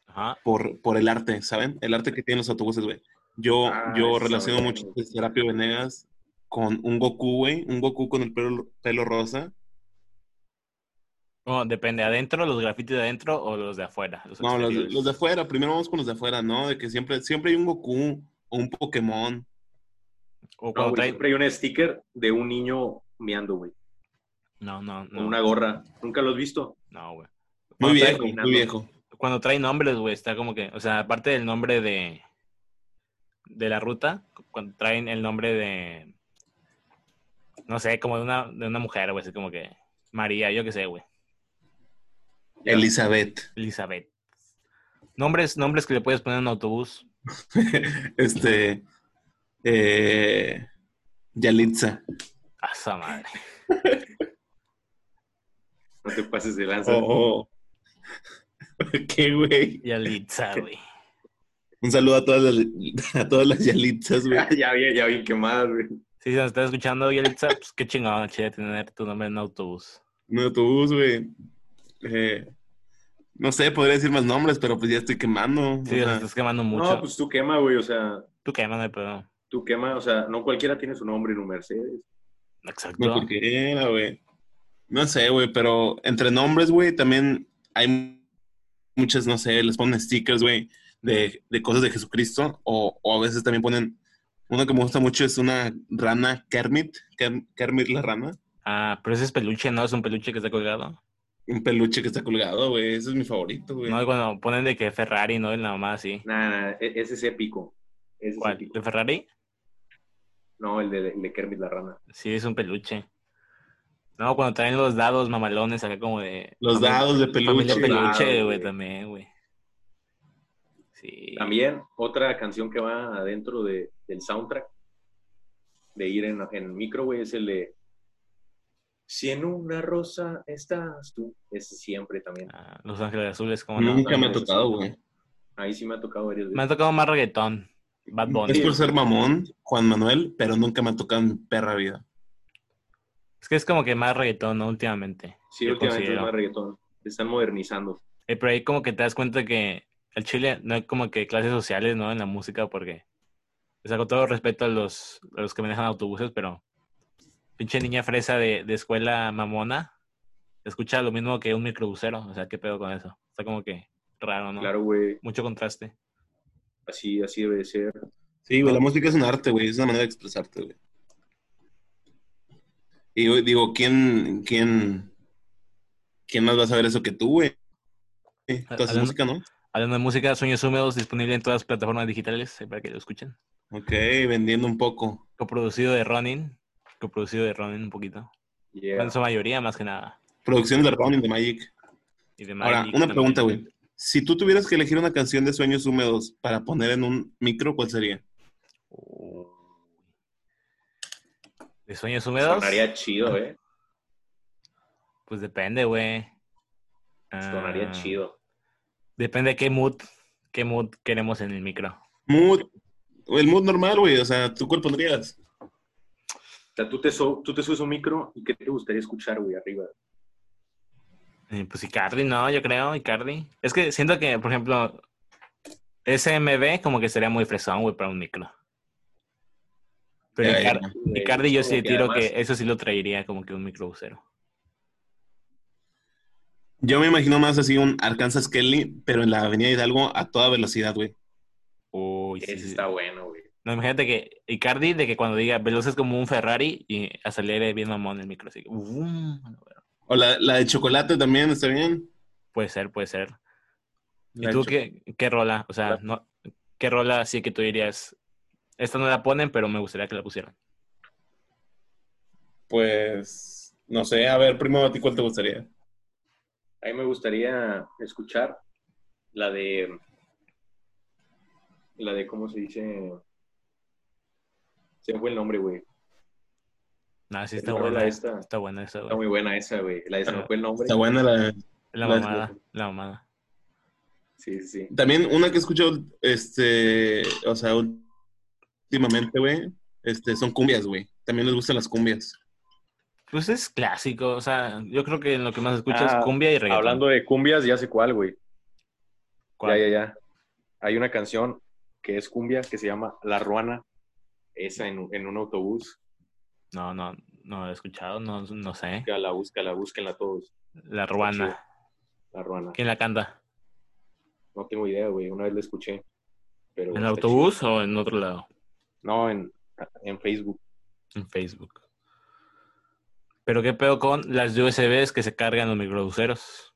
Speaker 1: Ajá.
Speaker 3: por, por el arte, ¿saben? El arte que tienen los autobuses, güey. Yo,
Speaker 2: Ah,
Speaker 3: yo
Speaker 2: eso,
Speaker 3: relaciono
Speaker 2: güey.
Speaker 3: mucho a Serapio Venegas con un Goku, güey. Un Goku con el pelo, pelo rosa.
Speaker 1: Bueno, depende, ¿adentro, los grafitis de adentro o los de afuera? Los
Speaker 3: No, los, de-
Speaker 1: exteriores.
Speaker 3: los de afuera. Primero vamos con los de afuera, ¿no? De que siempre, siempre hay un Goku o un Pokémon.
Speaker 1: O
Speaker 2: No,
Speaker 1: cuando
Speaker 2: güey,
Speaker 1: traen-
Speaker 2: Siempre hay un sticker de un niño meando, güey.
Speaker 1: No, no,
Speaker 2: Con
Speaker 1: no.
Speaker 2: una gorra. ¿Nunca lo has visto?
Speaker 1: No, güey.
Speaker 3: Muy
Speaker 1: Cuando trae-
Speaker 3: viejo,
Speaker 2: caminando.
Speaker 3: muy viejo.
Speaker 1: cuando trae nombres, güey, está como que, o sea, aparte del nombre de de la ruta, cuando traen el nombre de no sé, como de una de una mujer, güey, así como que María, yo qué sé, güey,
Speaker 2: Ya.
Speaker 3: Elizabeth.
Speaker 1: Elizabeth. Nombres nombres que le puedes poner a un autobús.
Speaker 3: Este. eh, Yalitza.
Speaker 1: A esa madre.
Speaker 2: No te pases de lanza.
Speaker 3: Oh, oh. ¿Qué, güey?
Speaker 1: Yalitza, güey.
Speaker 3: Un saludo a todas las, a todas las Yalitzas, güey.
Speaker 2: ya bien, ya bien quemadas, güey.
Speaker 1: Si se nos está escuchando Yalitza, pues qué chingón, chida tener tu nombre en un autobús.
Speaker 3: Un autobús, güey. Eh, no sé, podría decir más nombres, pero pues ya estoy quemando.
Speaker 1: Sí,
Speaker 3: o
Speaker 1: nos
Speaker 3: sea,
Speaker 1: estás quemando mucho.
Speaker 2: No, pues tú quema, güey. O sea,
Speaker 1: Tú quémame, perdón.
Speaker 2: tú quema. O sea, no cualquiera tiene su nombre en un Mercedes.
Speaker 1: Exacto.
Speaker 3: no, porque era, güey. No sé, güey, pero entre nombres, güey, también hay muchas, no sé, les ponen stickers, güey, de, de cosas de Jesucristo. O, o a veces también ponen. Una que me gusta mucho es una rana Kermit. Kerm- Kermit la rana.
Speaker 1: Ah, pero ese es peluche, ¿no? Es un peluche que está colgado.
Speaker 3: Un peluche que está colgado, güey. Ese es mi favorito, güey.
Speaker 1: No, y cuando ponen de que Ferrari, ¿no? Y nada más, sí.
Speaker 2: Nada, nada. e- Ese es épico. Ese es
Speaker 1: ¿Cuál?
Speaker 2: épico.
Speaker 1: ¿De Ferrari?
Speaker 2: No, el de, el de Kermit la rana.
Speaker 1: Sí, es un peluche. No, cuando traen los dados mamalones acá como de...
Speaker 3: Los
Speaker 1: familia-
Speaker 3: dados de
Speaker 1: Familia
Speaker 3: peluche.
Speaker 1: peluche,
Speaker 2: Dados,
Speaker 1: güey,
Speaker 2: güey.
Speaker 1: también, güey. Sí.
Speaker 2: También otra canción que va adentro de, del soundtrack de ir en, en micro, güey, es el de Si en una rosa estás tú. Ese siempre también.
Speaker 1: Ah, los Ángeles Azules, como no.
Speaker 3: Nunca me ha tocado, güey.
Speaker 2: Ahí sí me ha tocado varias
Speaker 1: Me
Speaker 2: veces.
Speaker 1: han tocado más reggaetón. Bad
Speaker 3: Es
Speaker 1: Bunny.
Speaker 3: por ser mamón, Juan Manuel, pero nunca me ha tocado en mi perra vida.
Speaker 1: Es que es como que más reggaetón, ¿no? Últimamente.
Speaker 2: Sí,
Speaker 1: yo
Speaker 2: últimamente
Speaker 1: considero.
Speaker 2: es más reggaetón. Se están modernizando.
Speaker 1: Eh, pero ahí como que te das cuenta que el Chile no hay como que clases sociales, ¿no? En la música, porque, o sea, con todo respeto a los, a los que manejan autobuses, pero pinche niña fresa de, de escuela mamona escucha lo mismo que un microbusero. O sea, ¿qué pedo con eso? Está como que raro, ¿no?
Speaker 2: Claro, güey.
Speaker 1: Mucho contraste.
Speaker 2: Así, así debe de ser.
Speaker 3: Sí, güey, la música es un arte, güey. Es una manera de expresarte, güey. Y yo digo, ¿quién, quién, quién más va a saber eso que tú, güey? Eh, Tú haces
Speaker 1: Alan-
Speaker 3: música, ¿no?
Speaker 1: Hablando de música, Sueños Húmedos, disponible en todas las plataformas digitales eh, para que lo escuchen.
Speaker 3: Ok, vendiendo un poco.
Speaker 1: Coproducido de Ronin. Coproducido de Ronin un poquito.
Speaker 2: Yeah.
Speaker 1: Bueno, En su mayoría, más que nada.
Speaker 3: Producción de Ronin de Magic.
Speaker 1: Y de
Speaker 3: Ahora,
Speaker 1: Magic
Speaker 3: una
Speaker 1: también.
Speaker 3: pregunta, güey. Si tú tuvieras que elegir una canción de Sueños Húmedos para poner en un micro, ¿cuál sería?
Speaker 1: Uy. ¿De sueños húmedos?
Speaker 2: Sonaría chido, ¿eh?
Speaker 1: Pues depende, güey. Ah,
Speaker 2: Sonaría chido.
Speaker 1: Depende de qué mood, qué mood queremos en el micro.
Speaker 3: Mood. El mood normal, güey. O sea, ¿tú cuál pondrías?
Speaker 2: O sea, tú te, so- tú te subes un micro y ¿qué te gustaría escuchar, güey, arriba?
Speaker 1: Eh, Pues Icardi, no, yo creo, Icardi. Es que siento que, por ejemplo, SMB como que sería muy fresón, güey, para un micro. Pero
Speaker 3: Ya, ya,
Speaker 1: Icar- Icardi yo sí
Speaker 2: Como que
Speaker 1: tiro
Speaker 2: además-
Speaker 1: que eso sí lo traería como que un microbusero.
Speaker 3: Yo me imagino más así un Arkansas Kelly, pero en la Avenida Hidalgo a toda velocidad, güey.
Speaker 1: Uy, sí,
Speaker 2: Ese
Speaker 1: sí.
Speaker 2: está bueno, güey.
Speaker 1: No, imagínate que Icardi de que cuando diga veloz es como un Ferrari y acelere bien mamón el micro. Así que, "Uum".
Speaker 3: O la, la de chocolate también, ¿está bien?
Speaker 1: puede ser, puede ser. ¿Y
Speaker 3: La
Speaker 1: tú
Speaker 3: de
Speaker 1: qué, qué rola? O sea, no, ¿qué rola sí que tú dirías? Esta no la ponen, pero me gustaría que la pusieran.
Speaker 3: Pues, no sé, a ver, primo, ¿a ti cuál te gustaría?
Speaker 2: A mí me gustaría escuchar la de. La de, ¿cómo se dice? Se me fue el nombre, güey.
Speaker 1: No, sí está
Speaker 2: La rola
Speaker 1: buena. ¿eh?
Speaker 2: esta.
Speaker 1: Está buena esa,
Speaker 2: Está
Speaker 1: güey.
Speaker 2: muy buena esa, güey. La de se me fue el nombre.
Speaker 3: Está buena la...
Speaker 1: La
Speaker 3: la-
Speaker 1: mamada, la mamada.
Speaker 2: Sí, sí.
Speaker 3: También una que escucho, este, o sea, últimamente, güey, este, son cumbias, güey. También les gustan las cumbias.
Speaker 1: Pues es clásico, o sea, yo creo que lo que más escucho
Speaker 2: Ah,
Speaker 1: es cumbia y reggaetón.
Speaker 2: Hablando de cumbias, ya sé cuál, güey.
Speaker 1: ¿Cuál?
Speaker 2: Ya, ya, ya. Hay una canción que es cumbia que se llama La Ruana. Esa en, en un autobús.
Speaker 1: No, no, no lo he escuchado, no, no sé.
Speaker 2: Ya la busca, la búsquenla todos.
Speaker 1: La ruana.
Speaker 2: La Ruana.
Speaker 1: ¿Quién la canta?
Speaker 2: No tengo idea, güey. Una vez la escuché. Pero
Speaker 1: ¿En el
Speaker 2: está
Speaker 1: autobús o en otro lado?
Speaker 2: chido. No, en, en Facebook.
Speaker 1: En Facebook. Pero qué pedo con las USBs que se cargan los microbuseros.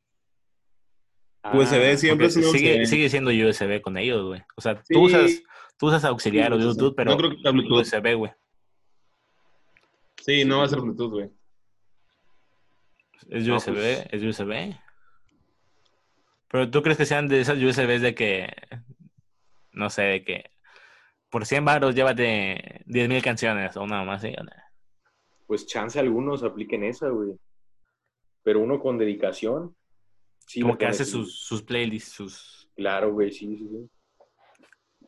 Speaker 2: Ah,
Speaker 3: USB siempre es
Speaker 1: Porque
Speaker 3: una
Speaker 1: Ah, sigue,
Speaker 3: USB.
Speaker 1: sigue siendo USB con ellos, güey. O sea,
Speaker 3: Sí.
Speaker 1: tú usas, tú usas auxiliar
Speaker 3: Sí,
Speaker 1: o
Speaker 3: sí, sí.
Speaker 1: Bluetooth, pero
Speaker 3: No creo que sea Bluetooth.
Speaker 1: USB, güey.
Speaker 3: Sí, no va a ser Bluetooth, güey.
Speaker 1: Es
Speaker 2: No,
Speaker 1: USB,
Speaker 2: pues-
Speaker 1: es USB. Pero tú crees que sean de esas USBs de que, no sé, de que por 100 baros llévate 10.000 canciones o nada más, ¿sí? O nada.
Speaker 2: Pues chance algunos apliquen esa, güey. Pero uno con dedicación. Sí,
Speaker 1: Como
Speaker 2: la
Speaker 1: que
Speaker 2: pone
Speaker 1: hace
Speaker 2: así.
Speaker 1: sus, sus playlists, sus...
Speaker 2: Claro, güey, sí, sí, sí.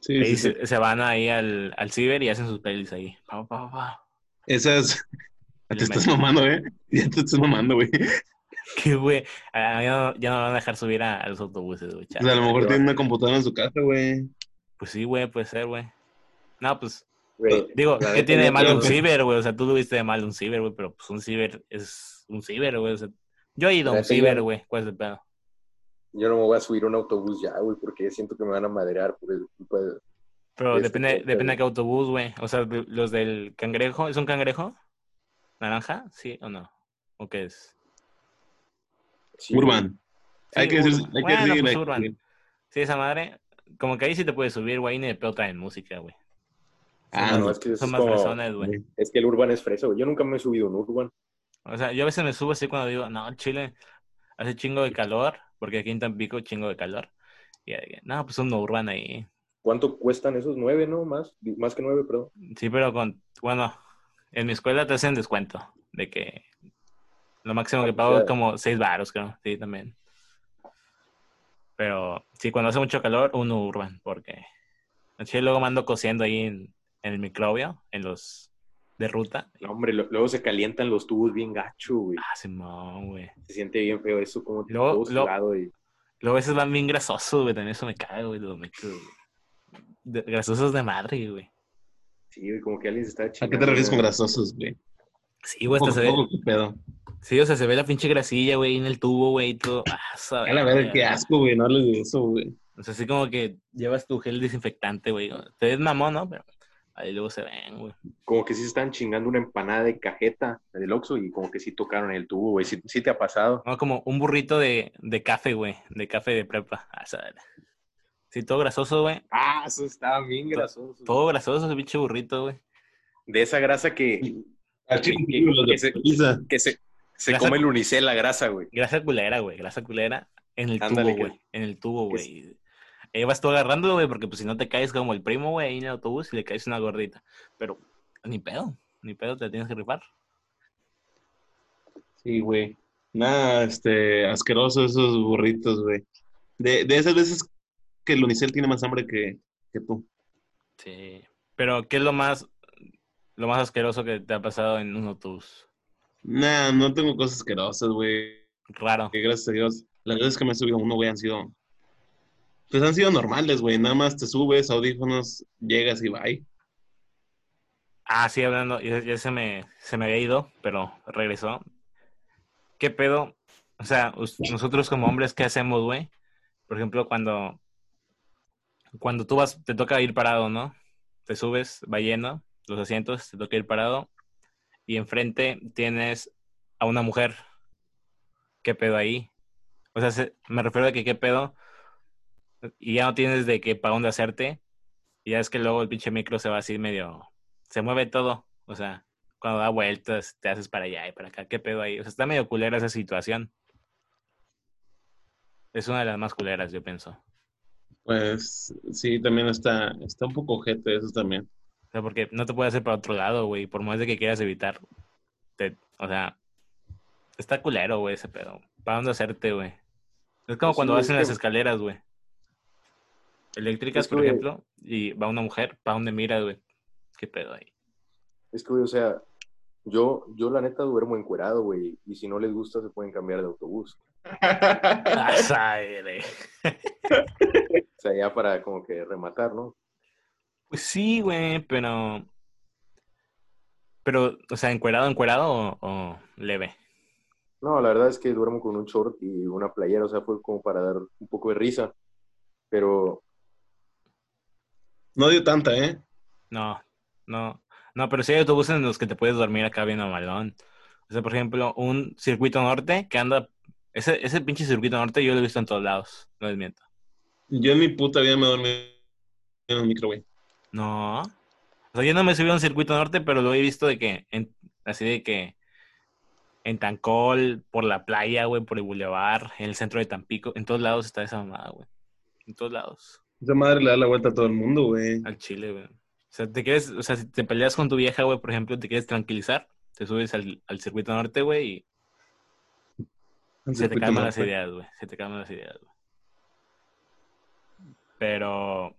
Speaker 3: Sí,
Speaker 1: ahí Se, se van ahí al, al ciber y hacen sus playlists ahí. Pa, pa, pa, pa.
Speaker 3: Esas...
Speaker 1: Y
Speaker 3: Te
Speaker 1: le
Speaker 3: estás
Speaker 1: meten.
Speaker 3: mamando, ¿eh? Ya te estás mamando, güey.
Speaker 1: Qué güey. Ah, Ya no, ya no van a dejar subir a, a los autobuses, güey.
Speaker 3: O
Speaker 1: chale.
Speaker 3: sea, a lo mejor tiene una computadora en su casa, güey.
Speaker 1: Pues sí, güey, puede ser, güey. No, pues,
Speaker 2: Güey,
Speaker 1: digo,
Speaker 2: la
Speaker 1: ¿qué
Speaker 2: neta,
Speaker 1: tiene de
Speaker 2: yo
Speaker 1: malo
Speaker 3: creo
Speaker 1: un
Speaker 3: que-
Speaker 1: ciber, güey? O sea, tú tuviste de malo un ciber, güey, pero pues un ciber es un ciber, güey. O sea, yo he ido a
Speaker 2: La
Speaker 1: un
Speaker 2: neta, yo-
Speaker 1: ciber, güey. ¿Cuál es el pedo?
Speaker 2: Yo no me voy a subir a un autobús ya, güey, porque siento que me van a madrear por el culpa de-
Speaker 1: Pero
Speaker 2: Este,
Speaker 1: depende,
Speaker 2: creo que-
Speaker 1: depende de qué autobús, güey. O sea, de- los del cangrejo. ¿Es un cangrejo? ¿Naranja? ¿Sí o no? ¿O qué es?
Speaker 2: Sí,
Speaker 3: Urban.
Speaker 1: Sí,
Speaker 3: hay que decir,
Speaker 1: Urban.
Speaker 3: hay que
Speaker 1: Bueno,
Speaker 3: decir,
Speaker 1: pues,
Speaker 3: hay que-
Speaker 1: Urban. Sí, esa madre. Como que ahí sí te puedes subir, güey. Y ni de pedo traen música, güey.
Speaker 2: güey.
Speaker 3: Ah,
Speaker 2: No,
Speaker 3: no.
Speaker 2: es, que es
Speaker 1: Son más
Speaker 2: como-
Speaker 1: personas, güey.
Speaker 2: es que el urban es fresa, güey. Yo nunca me he subido a un urban.
Speaker 1: O sea, yo a veces me subo así cuando digo, no, Chile, hace chingo de calor, porque aquí en Tampico chingo de calor. Y ahí, no, pues un urban ahí.
Speaker 2: ¿Cuánto cuestan esos nueve, no? Más, más que nueve, perdón.
Speaker 1: Sí, pero con, bueno, en mi escuela te hacen descuento, de que lo máximo que pago es como seis baros, creo, sí, también. Pero sí, cuando hace mucho calor, un urban, porque en Chile luego me ando cosiendo ahí en, en el microbio, en los de ruta. Y,
Speaker 2: No, hombre, lo- luego se calientan los tubos bien gacho, güey.
Speaker 1: ah, Simón, güey.
Speaker 2: Se siente bien feo eso, como
Speaker 1: Luego-
Speaker 2: todo
Speaker 1: luego-
Speaker 2: sudado y...
Speaker 1: Luego a veces van bien grasosos, güey. También eso me cae, güey, los micros, güey. De- grasosos de madre, güey.
Speaker 2: Sí, güey, como que alguien se está
Speaker 3: ¿A
Speaker 2: chingando.
Speaker 3: qué te refieres con
Speaker 2: güey.
Speaker 3: grasosos, güey?
Speaker 1: Sí, güey, hasta
Speaker 3: Poco,
Speaker 1: se ve.
Speaker 3: poco, qué pedo.
Speaker 1: Sí, o sea, se ve la pinche grasilla, güey, en el tubo, güey, y todo. Ah, esa
Speaker 3: A la verga, qué asco, güey. No hables de eso, güey.
Speaker 1: O sea, así como que llevas tu gel desinfectante, güey. Te ves mamón, ¿no? Pero ahí luego se ven, güey.
Speaker 2: Como que sí se están chingando una empanada de cajeta del Oxxo y como que sí tocaron el tubo, güey. Sí, sí te ha pasado.
Speaker 1: No, como un burrito de, de café, güey. De café de prepa. Ah, esa verga. Sí, todo grasoso, güey.
Speaker 2: Ah, eso está bien grasoso.
Speaker 1: Todo grasoso ese pinche burrito, güey.
Speaker 2: De esa grasa que,
Speaker 3: Al chile, los de
Speaker 2: Ese-
Speaker 3: pizza.
Speaker 2: que se, se
Speaker 1: Grasa-
Speaker 2: come el unicel, la grasa, güey.
Speaker 1: Grasa culera, güey. Grasa culera en el
Speaker 2: Ándale,
Speaker 1: tubo,
Speaker 2: que-
Speaker 1: güey. En el tubo,
Speaker 2: que
Speaker 1: güey. Ahí vas tú agarrándolo, güey, porque pues si no te caes como el primo, güey, ahí en el autobús y le caes una gordita. Pero ni pedo, ni pedo, te tienes que rifar.
Speaker 3: Sí, güey. Nada, este, asqueroso esos burritos, güey. De, de esas veces que el Unicel tiene más hambre que, que tú.
Speaker 1: Sí. Pero, ¿qué es lo más, lo más asqueroso que te ha pasado en un autobús?
Speaker 3: Nah, no tengo cosas asquerosas, güey.
Speaker 1: Raro.
Speaker 3: Que gracias a Dios, las veces que me he subido a uno, güey, han sido. Pues han sido normales, güey. Nada más te subes, audífonos, llegas y bye.
Speaker 1: Ah, sí, hablando, ya, ya se, me, se me había ido, pero regresó. ¿Qué pedo? O sea, us- nosotros como hombres, ¿qué hacemos, güey? Por ejemplo, cuando, cuando tú vas, te toca ir parado, ¿no? Te subes, va lleno, los asientos, te toca ir parado. Y enfrente tienes a una mujer. ¿Qué pedo ahí? O sea, se- me refiero a que qué pedo. Y ya no tienes de qué para dónde hacerte. Y ya es que luego el pinche micro se va así medio se mueve todo. O sea, cuando da vueltas, te haces para allá y para acá. ¿Qué pedo ahí? O sea, está medio culera esa situación. Es una de las más culeras, yo pienso. O
Speaker 3: Pues sí, también está, está un poco ojete eso también.
Speaker 1: sea, porque no te puedes hacer para otro lado, güey. Por más de que quieras evitar. te- o sea, está culero, güey, ese pedo. ¿Para dónde hacerte, güey? Es como
Speaker 2: Pues
Speaker 1: cuando
Speaker 2: sí,
Speaker 1: vas en
Speaker 2: es
Speaker 1: las
Speaker 2: que-
Speaker 1: escaleras, güey. Eléctricas,
Speaker 2: Es
Speaker 1: por
Speaker 2: que-
Speaker 1: ejemplo, y va una mujer, ¿para dónde miras, güey? ¿Qué pedo ahí?
Speaker 2: Es que, güey, o sea, yo, yo la neta duermo encuerado, güey. Y si no les gusta, se pueden cambiar de autobús.
Speaker 1: Ah, Ay, güey.
Speaker 2: O sea, ya para como que rematar, ¿no?
Speaker 1: Pues sí, güey, pero. Pero, o sea, encuerado, encuerado o, o leve.
Speaker 2: No, la verdad es que duermo con un short y una playera, o sea, fue como para dar un poco de risa. Pero
Speaker 3: No dio tanta, ¿eh?
Speaker 1: No, no. No, pero sí hay autobuses en los que te puedes dormir acá bien malón. O sea, por ejemplo, un circuito norte que anda. Ese, ese pinche circuito norte yo lo he visto en todos lados, no les miento.
Speaker 3: Yo en mi puta vida me dormí en un micro, güey.
Speaker 1: No. O sea, yo no me subí a un circuito norte, pero lo he visto de que. en- así de que. En Tancol, por la playa, güey, por el bulevar, en el centro de Tampico. En todos lados está esa mamada, güey. En todos lados.
Speaker 3: Esa madre le da la vuelta a todo el mundo, güey.
Speaker 1: Al chile, güey. O sea, te quieres, o sea, si te peleas con tu vieja, güey, por ejemplo, te quieres tranquilizar, te subes al, al circuito norte, güey, y se te calman las ideas, güey. Se te calman las ideas, güey. Pero.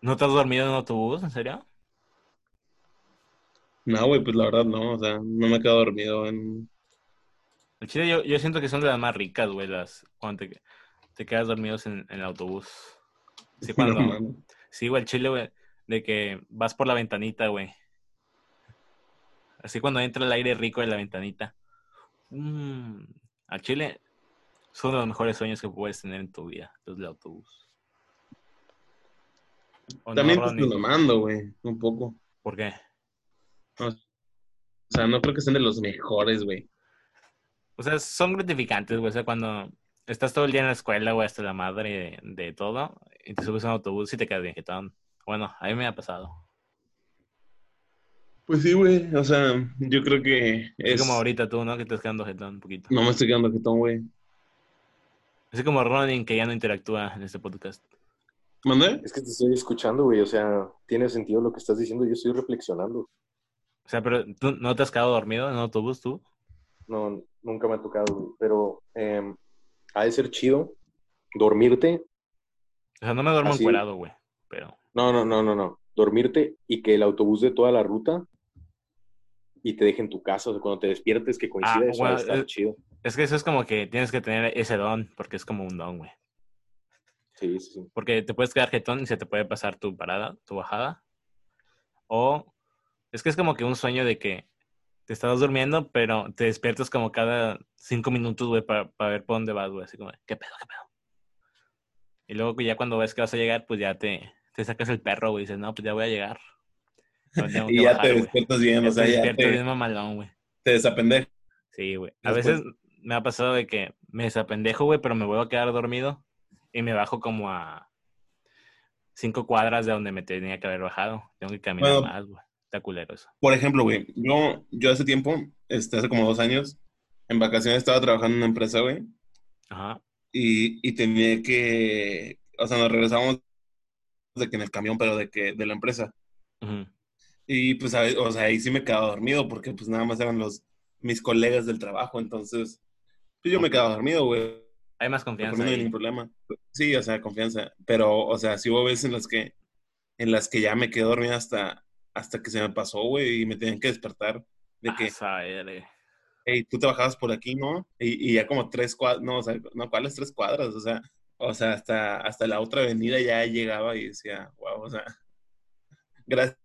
Speaker 1: ¿No te has dormido en un autobús? ¿En serio?
Speaker 3: No, güey, pues la verdad no, o sea, no me quedo dormido en...
Speaker 1: Al chile, yo, yo siento que son de las más ricas, güey, las. Cuando te, te quedas dormidos en, en el autobús. Sí, cuando.
Speaker 3: No, mames.
Speaker 1: Sí, güey, el chile, güey, de que vas por la ventanita, güey. Así cuando entra el aire rico de la ventanita. Mm, al chile, son de los mejores sueños que puedes tener en tu vida, los del autobús. ¿O no,
Speaker 3: También pues, te
Speaker 1: Ronnie?
Speaker 3: estoy mamando, güey, un poco. O
Speaker 1: ¿Por qué?
Speaker 3: sea, no creo que sean de los mejores, güey.
Speaker 1: O sea, son gratificantes, güey. O sea, cuando estás todo el día en la escuela, güey, hasta la madre de, de todo, y te subes a un autobús y te quedas bien jetón. Bueno, a mí me ha pasado.
Speaker 3: Pues sí, güey, o sea, yo creo que
Speaker 1: Así
Speaker 3: es...
Speaker 1: como ahorita tú, ¿no? Que te estás quedando jetón un poquito.
Speaker 3: No me estoy quedando jetón, güey.
Speaker 1: Así como Ronin, que ya no interactúa en este podcast.
Speaker 3: ¿Mandé?
Speaker 2: es que te estoy escuchando, güey, o sea, tiene sentido lo que estás diciendo, yo estoy reflexionando.
Speaker 1: O sea, pero ¿tú no te has quedado dormido en autobús tú?
Speaker 2: No, nunca me ha tocado, güey, pero eh, ha de ser chido dormirte.
Speaker 1: O sea, no me duermo
Speaker 2: Así.
Speaker 1: encuerado, güey. Pero,
Speaker 2: No, no, no, no, no. Dormirte y que el autobús de toda la ruta y te deje en tu casa, o sea, cuando te despiertes que coincida
Speaker 1: Ah,
Speaker 2: eso, ha de
Speaker 1: bueno,
Speaker 2: estar
Speaker 1: eh,
Speaker 2: chido.
Speaker 1: es que eso es como que tienes que tener ese don, porque es como un don, güey.
Speaker 2: Sí, sí, sí.
Speaker 1: Porque te puedes quedar jetón y se te puede pasar tu parada, tu bajada. O es que es como que un sueño de que te estabas durmiendo, pero te despiertas como cada cinco minutos, güey, para, para ver por dónde vas, güey. Así como, ¿qué pedo, qué pedo? Y luego ya cuando ves que vas a llegar, pues ya te, te sacas el perro, güey. y Dices, no, pues ya voy a llegar. No tengo que
Speaker 3: Y ya
Speaker 1: bajar,
Speaker 3: te
Speaker 1: güey".
Speaker 3: despiertas bien,
Speaker 1: Ya
Speaker 3: o sea,
Speaker 1: te
Speaker 3: ya
Speaker 1: despierto
Speaker 3: te,
Speaker 1: bien mamalón, güey.
Speaker 3: te desapendejas.
Speaker 1: Sí, güey. A
Speaker 3: Después-
Speaker 1: veces me ha pasado de que me desapendejo, güey, pero me vuelvo a quedar dormido y me bajo como a cinco cuadras de donde me tenía que haber bajado. Tengo que caminar
Speaker 3: Bueno.
Speaker 1: más, güey. Está culero eso.
Speaker 3: Por ejemplo, güey, yo, yo hace tiempo, este, hace como dos años, en vacaciones estaba trabajando en una empresa, güey,
Speaker 1: Ajá.
Speaker 3: y, y tenía que, o sea, nos regresábamos de que en el camión, pero de que de la empresa.
Speaker 1: ujú.
Speaker 3: Y pues, a- o sea, ahí sí me quedaba dormido porque pues nada más eran los, mis colegas del trabajo, entonces, pues yo me quedaba dormido, güey.
Speaker 1: Hay más
Speaker 3: Por
Speaker 1: confianza.
Speaker 3: mí no hay
Speaker 1: ahí.
Speaker 3: ningún problema. Sí, o sea, confianza. Pero, o sea, sí hubo veces en las que, en las que ya me quedé dormida hasta, hasta que se me pasó, güey, y me tenían que despertar de
Speaker 1: Ah,
Speaker 3: que,
Speaker 1: sabe, de-
Speaker 3: hey, tú trabajabas por aquí, ¿no? Y, y ya como tres cuadras, no, o sea, no, ¿cuáles tres cuadras? O sea, o sea, hasta, hasta la otra avenida ya llegaba y decía, wow, o sea, gracias,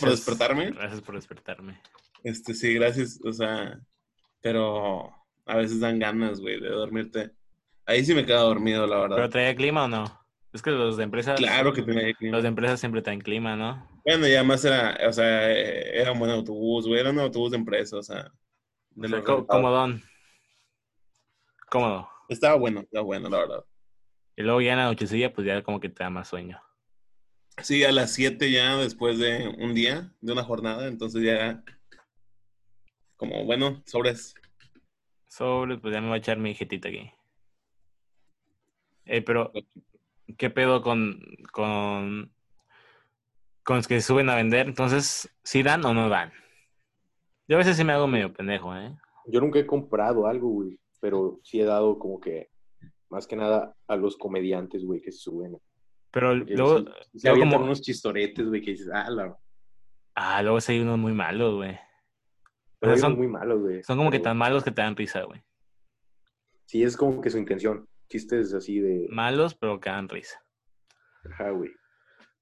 Speaker 3: por despertarme.
Speaker 1: Gracias por despertarme.
Speaker 3: Este, sí, gracias, o sea, pero a veces dan ganas, güey, de dormirte. Ahí sí me quedo dormido, la verdad.
Speaker 1: ¿Pero traía clima o no? Es que los de empresas.
Speaker 3: Claro que tenía clima.
Speaker 1: Los de empresas siempre traen clima, ¿no?
Speaker 3: Bueno, y además era, o sea, eh, era un buen autobús, güey, era un autobús de empresa, o sea. de
Speaker 1: O sea,
Speaker 3: los
Speaker 1: có-
Speaker 3: rentados.
Speaker 1: comodón. Cómodo.
Speaker 3: Estaba bueno, estaba bueno, la verdad.
Speaker 1: Y luego ya en la nochecilla, pues ya como que te da más sueño.
Speaker 3: Sí, a las 7 ya, después de un día, de una jornada, entonces ya, como, bueno, sobres.
Speaker 1: Sobre, pues ya me voy a echar mi jetita aquí. Eh, pero, ¿qué pedo con, con, con los que suben a vender? Entonces, ¿sí dan o no dan? Yo a veces sí me hago medio pendejo, ¿eh?
Speaker 2: Yo nunca he comprado algo, güey, pero sí he dado como que, más que nada, a los comediantes, güey, que se suben.
Speaker 1: Pero
Speaker 2: Porque
Speaker 1: luego,
Speaker 2: sí- sí se
Speaker 1: luego
Speaker 2: avientan
Speaker 1: como-
Speaker 2: unos chistoretes, güey, que dices, ah, la...
Speaker 1: ah, luego sí hay unos muy malos, güey.
Speaker 2: Pero
Speaker 1: son-
Speaker 2: son muy malos, güey.
Speaker 1: Son como que
Speaker 2: Pero
Speaker 1: tan malos que te dan risa, güey.
Speaker 2: Sí, es como que su intención. Chistes así de,
Speaker 1: Malos, pero que dan risa.
Speaker 2: ajá, güey.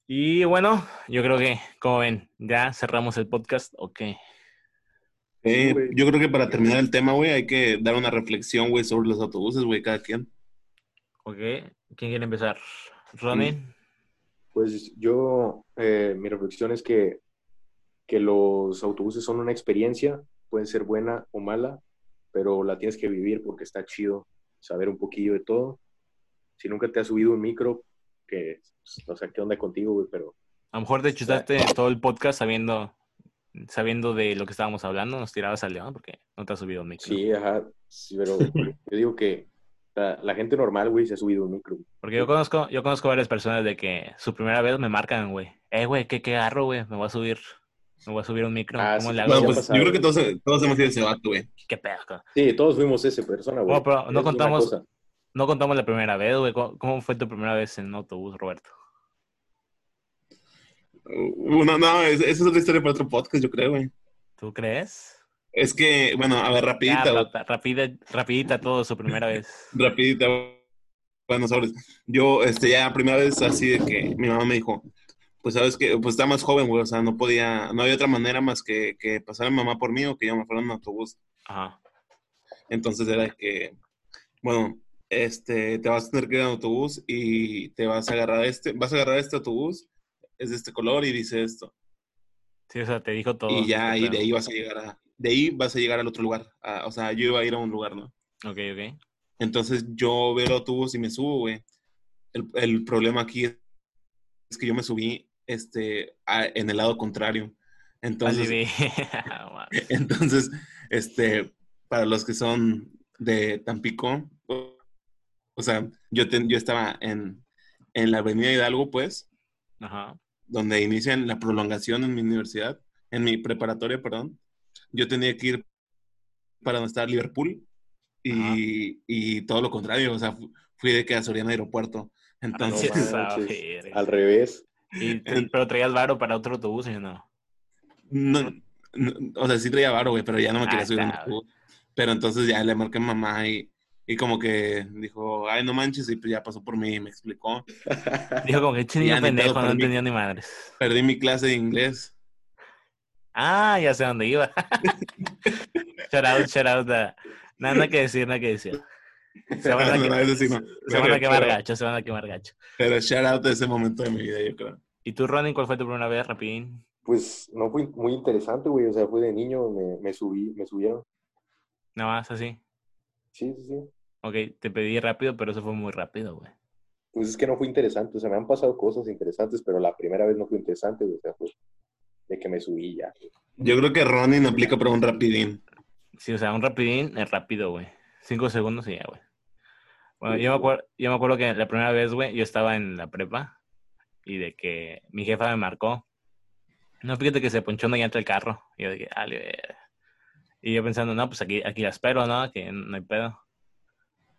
Speaker 1: Y bueno, yo creo que, como ven, ya cerramos el podcast. Ok.
Speaker 2: Sí,
Speaker 3: Eh,
Speaker 2: güey.
Speaker 3: yo creo que para terminar el tema, güey, hay que dar una reflexión, güey, sobre los autobuses, güey, cada quien.
Speaker 1: Ok. ¿Quién quiere empezar? ¿Ronnie?
Speaker 2: Pues yo, eh, mi reflexión es que, que los autobuses son una experiencia, pueden ser buena o mala, pero la tienes que vivir porque está chido saber un poquillo de todo. Si nunca te has subido un micro, que pues, no sé qué onda contigo, güey, pero
Speaker 1: A lo mejor te chutaste todo el podcast sabiendo sabiendo de lo que estábamos hablando, nos tirabas al león porque no te has subido un micro.
Speaker 2: sí, ajá, sí, pero yo digo que la, la gente normal, güey, se ha subido un micro.
Speaker 1: Porque yo conozco, yo conozco varias personas de que su primera vez me marcan, güey. Eh, güey, ¿qué, qué agarro, güey? Me voy a subir, me voy a subir un micro.
Speaker 2: Ah,
Speaker 1: ¿Cómo
Speaker 2: sí,
Speaker 1: le hago? "Pues,
Speaker 2: claro, ya
Speaker 3: Bueno, pues
Speaker 2: pasado,
Speaker 3: yo creo que
Speaker 2: güey.
Speaker 3: todos, todos hemos ido a ese vato, güey.
Speaker 1: ¿Qué pedo? co-
Speaker 2: Sí, todos fuimos esa persona, güey.
Speaker 1: No, pero no
Speaker 2: Esa es una
Speaker 1: contamos-
Speaker 2: cosa.
Speaker 1: No contamos la primera vez, güey. ¿Cómo, cómo fue tu primera vez en autobús, Roberto?
Speaker 3: Uh, No, no, es- esa es otra historia para otro podcast, yo creo, güey.
Speaker 1: ¿Tú crees?
Speaker 3: Es que, bueno, a ver,
Speaker 1: Ya,
Speaker 3: rapidita, güey.
Speaker 1: ra- rapida, rapidita todo su primera vez.
Speaker 3: Rapidita, bueno, sobres. Yo, este, ya primera vez así de que mi mamá me dijo, pues sabes que, pues está más joven, güey, o sea, no podía, no había otra manera más que, que pasar a mi mamá por mí o que yo me fuera en autobús.
Speaker 1: Ajá.
Speaker 3: Entonces era que, bueno, este, te vas a tener que ir en autobús y te vas a agarrar este, vas a agarrar este autobús, es de este color y dice esto.
Speaker 1: Sí, o sea, te dijo todo.
Speaker 3: y ya,
Speaker 1: ¿Qué
Speaker 3: y de
Speaker 1: pedo?
Speaker 3: ahí vas a llegar a, de ahí vas a llegar al otro lugar. a- o sea, yo iba a ir a un lugar, ¿no?
Speaker 1: Ok, ok.
Speaker 3: Entonces yo veo el autobús y me subo, güey. El, el problema aquí es, es que yo me subí este, a- en el lado contrario.
Speaker 1: Así
Speaker 3: Entonces,
Speaker 1: de... Ah, mames.
Speaker 3: entonces, este, para los que son de Tampico, o, o sea, yo, ten- yo estaba en, en la avenida Hidalgo, pues,
Speaker 1: Ajá.
Speaker 3: donde inician la prolongación en mi universidad, en mi preparatoria, perdón. Yo tenía que ir para donde estaba Liverpool
Speaker 1: Ajá.
Speaker 3: y, y todo lo contrario, o sea, fu- fui de que a Soriana Aeropuerto. Entonces,
Speaker 1: Ah, no
Speaker 2: manches.
Speaker 1: manches.
Speaker 2: Al revés.
Speaker 1: Y- pero traías varo para otro autobús, ¿sí o no?
Speaker 3: no, no, o sea, sí traía varo, güey, pero ya no me
Speaker 1: Ah,
Speaker 3: quería subir. a un
Speaker 1: está, güey.
Speaker 3: autobús. Pero entonces ya le marqué a mi mamá y, y como que dijo, ay, no manches, y pues ya pasó por mí y me explicó.
Speaker 1: Dijo como que
Speaker 3: Ya
Speaker 1: chino
Speaker 3: ni
Speaker 1: pendejo, no
Speaker 3: pedo para mí.
Speaker 1: entendió ni madres.
Speaker 3: Perdí mi clase de inglés.
Speaker 1: Ah, ya sé dónde iba. shout out, shout out. da- Nada, nada que decir, nada que decir. Se van a,
Speaker 3: No,
Speaker 1: que-
Speaker 3: no, eso sí no.
Speaker 1: se van a quemar
Speaker 3: Pero-
Speaker 1: gacho, se van a quemar gacho.
Speaker 3: Pero shout out a ese momento de mi vida, yo creo.
Speaker 1: ¿Y tú, Ronin, cuál fue tu primera vez, Rapidín?
Speaker 2: Pues no fue muy interesante, güey. O sea, fue de niño, me, me subí, me subieron.
Speaker 1: Nada más así.
Speaker 2: Sí, sí, sí.
Speaker 1: Ok, te pedí rápido, pero eso fue muy rápido, güey.
Speaker 2: Pues es que no fue interesante. O sea, me han pasado cosas interesantes, pero la primera vez no fue interesante, güey. O sea, fue de que me subí ya.
Speaker 3: Yo creo que Ronin aplica para un rapidín.
Speaker 1: Sí, o sea, un rapidín es rápido, güey. Cinco segundos y ya, güey. Bueno,
Speaker 2: Sí,
Speaker 1: yo me,
Speaker 2: sí.
Speaker 1: acuer- yo me acuerdo que la primera vez, güey, yo estaba en la prepa y de que mi jefa me marcó. No, fíjate que se ponchó una llanta el carro. Y yo dije, "Ale, verga". Y yo pensando, no, pues aquí, aquí la espero, ¿no? Que no hay pedo.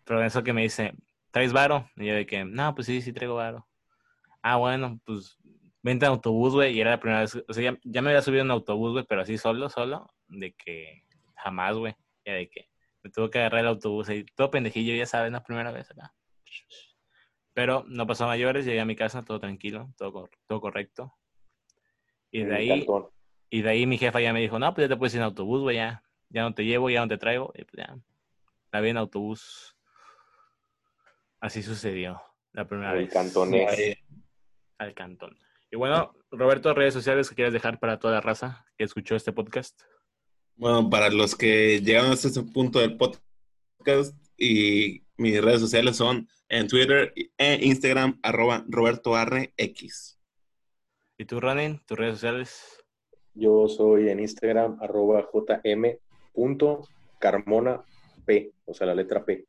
Speaker 1: Pero en eso que me dice, ¿traes varo? Y yo de que, no, pues sí, sí traigo varo. Ah, bueno, pues vente en autobús, güey. Y era la primera vez, o sea, ya, ya me había subido en autobús, güey, pero así solo, solo, de que Jamás, güey. Ya de que me tuve que agarrar el autobús y todo pendejillo, ya sabes, la primera vez acá. Pero no pasó a mayores, llegué a mi casa, todo tranquilo, todo, cor- todo correcto. Y de ahí,
Speaker 2: Cartón.
Speaker 1: y de ahí mi jefa ya me dijo, no, pues ya te puedes ir en autobús, güey, ya. Ya no te llevo, ya no te traigo. Y pues ya, la vi en autobús. Así sucedió la primera
Speaker 2: Al
Speaker 1: vez.
Speaker 2: cantonés.
Speaker 1: Llegué Al cantón. Y bueno, Roberto, redes sociales que quieras dejar para toda la raza que escuchó este podcast.
Speaker 3: Bueno, para los que llegaron hasta este punto del podcast y mis redes sociales son en Twitter e Instagram, arroba Roberto Arre X.
Speaker 1: ¿Y tú, Ronin, tus redes sociales?
Speaker 2: Yo soy en Instagram, arroba jm.carmona P, o sea, la letra P.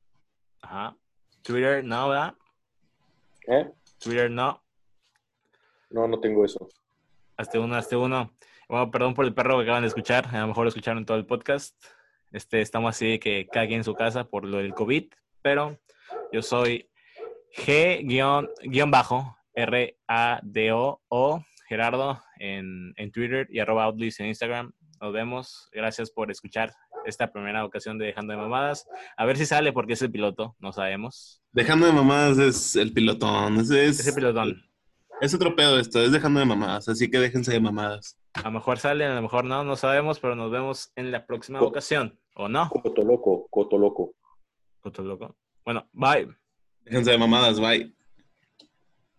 Speaker 1: Ajá. Twitter, no, ¿verdad?
Speaker 2: ¿Eh?
Speaker 1: Twitter, no.
Speaker 2: No, no tengo eso.
Speaker 1: Hazte uno, hazte uno. Bueno, perdón por el perro que acaban de escuchar. A lo mejor lo escucharon todo el podcast. Este, estamos así de que cada quien en su casa por lo del COVID. Pero yo soy G-R-A-D-O-O Gerardo en, en Twitter y arroba Outlis en Instagram. Nos vemos. Gracias por escuchar esta primera ocasión de Dejando de Mamadas. A ver si sale porque es el piloto. No sabemos.
Speaker 3: Dejando de mamadas es el pilotón. Ese es,
Speaker 1: Es el pilotón.
Speaker 3: es otro pedo esto, es dejando de mamadas. Así que déjense de mamadas.
Speaker 1: A lo mejor sale, a lo mejor no, no sabemos, pero nos vemos en la próxima
Speaker 2: Co-
Speaker 1: ocasión. ¿O no?
Speaker 2: Coto loco, coto loco.
Speaker 1: Coto loco. Bueno, bye.
Speaker 3: Déjense de mamadas, bye.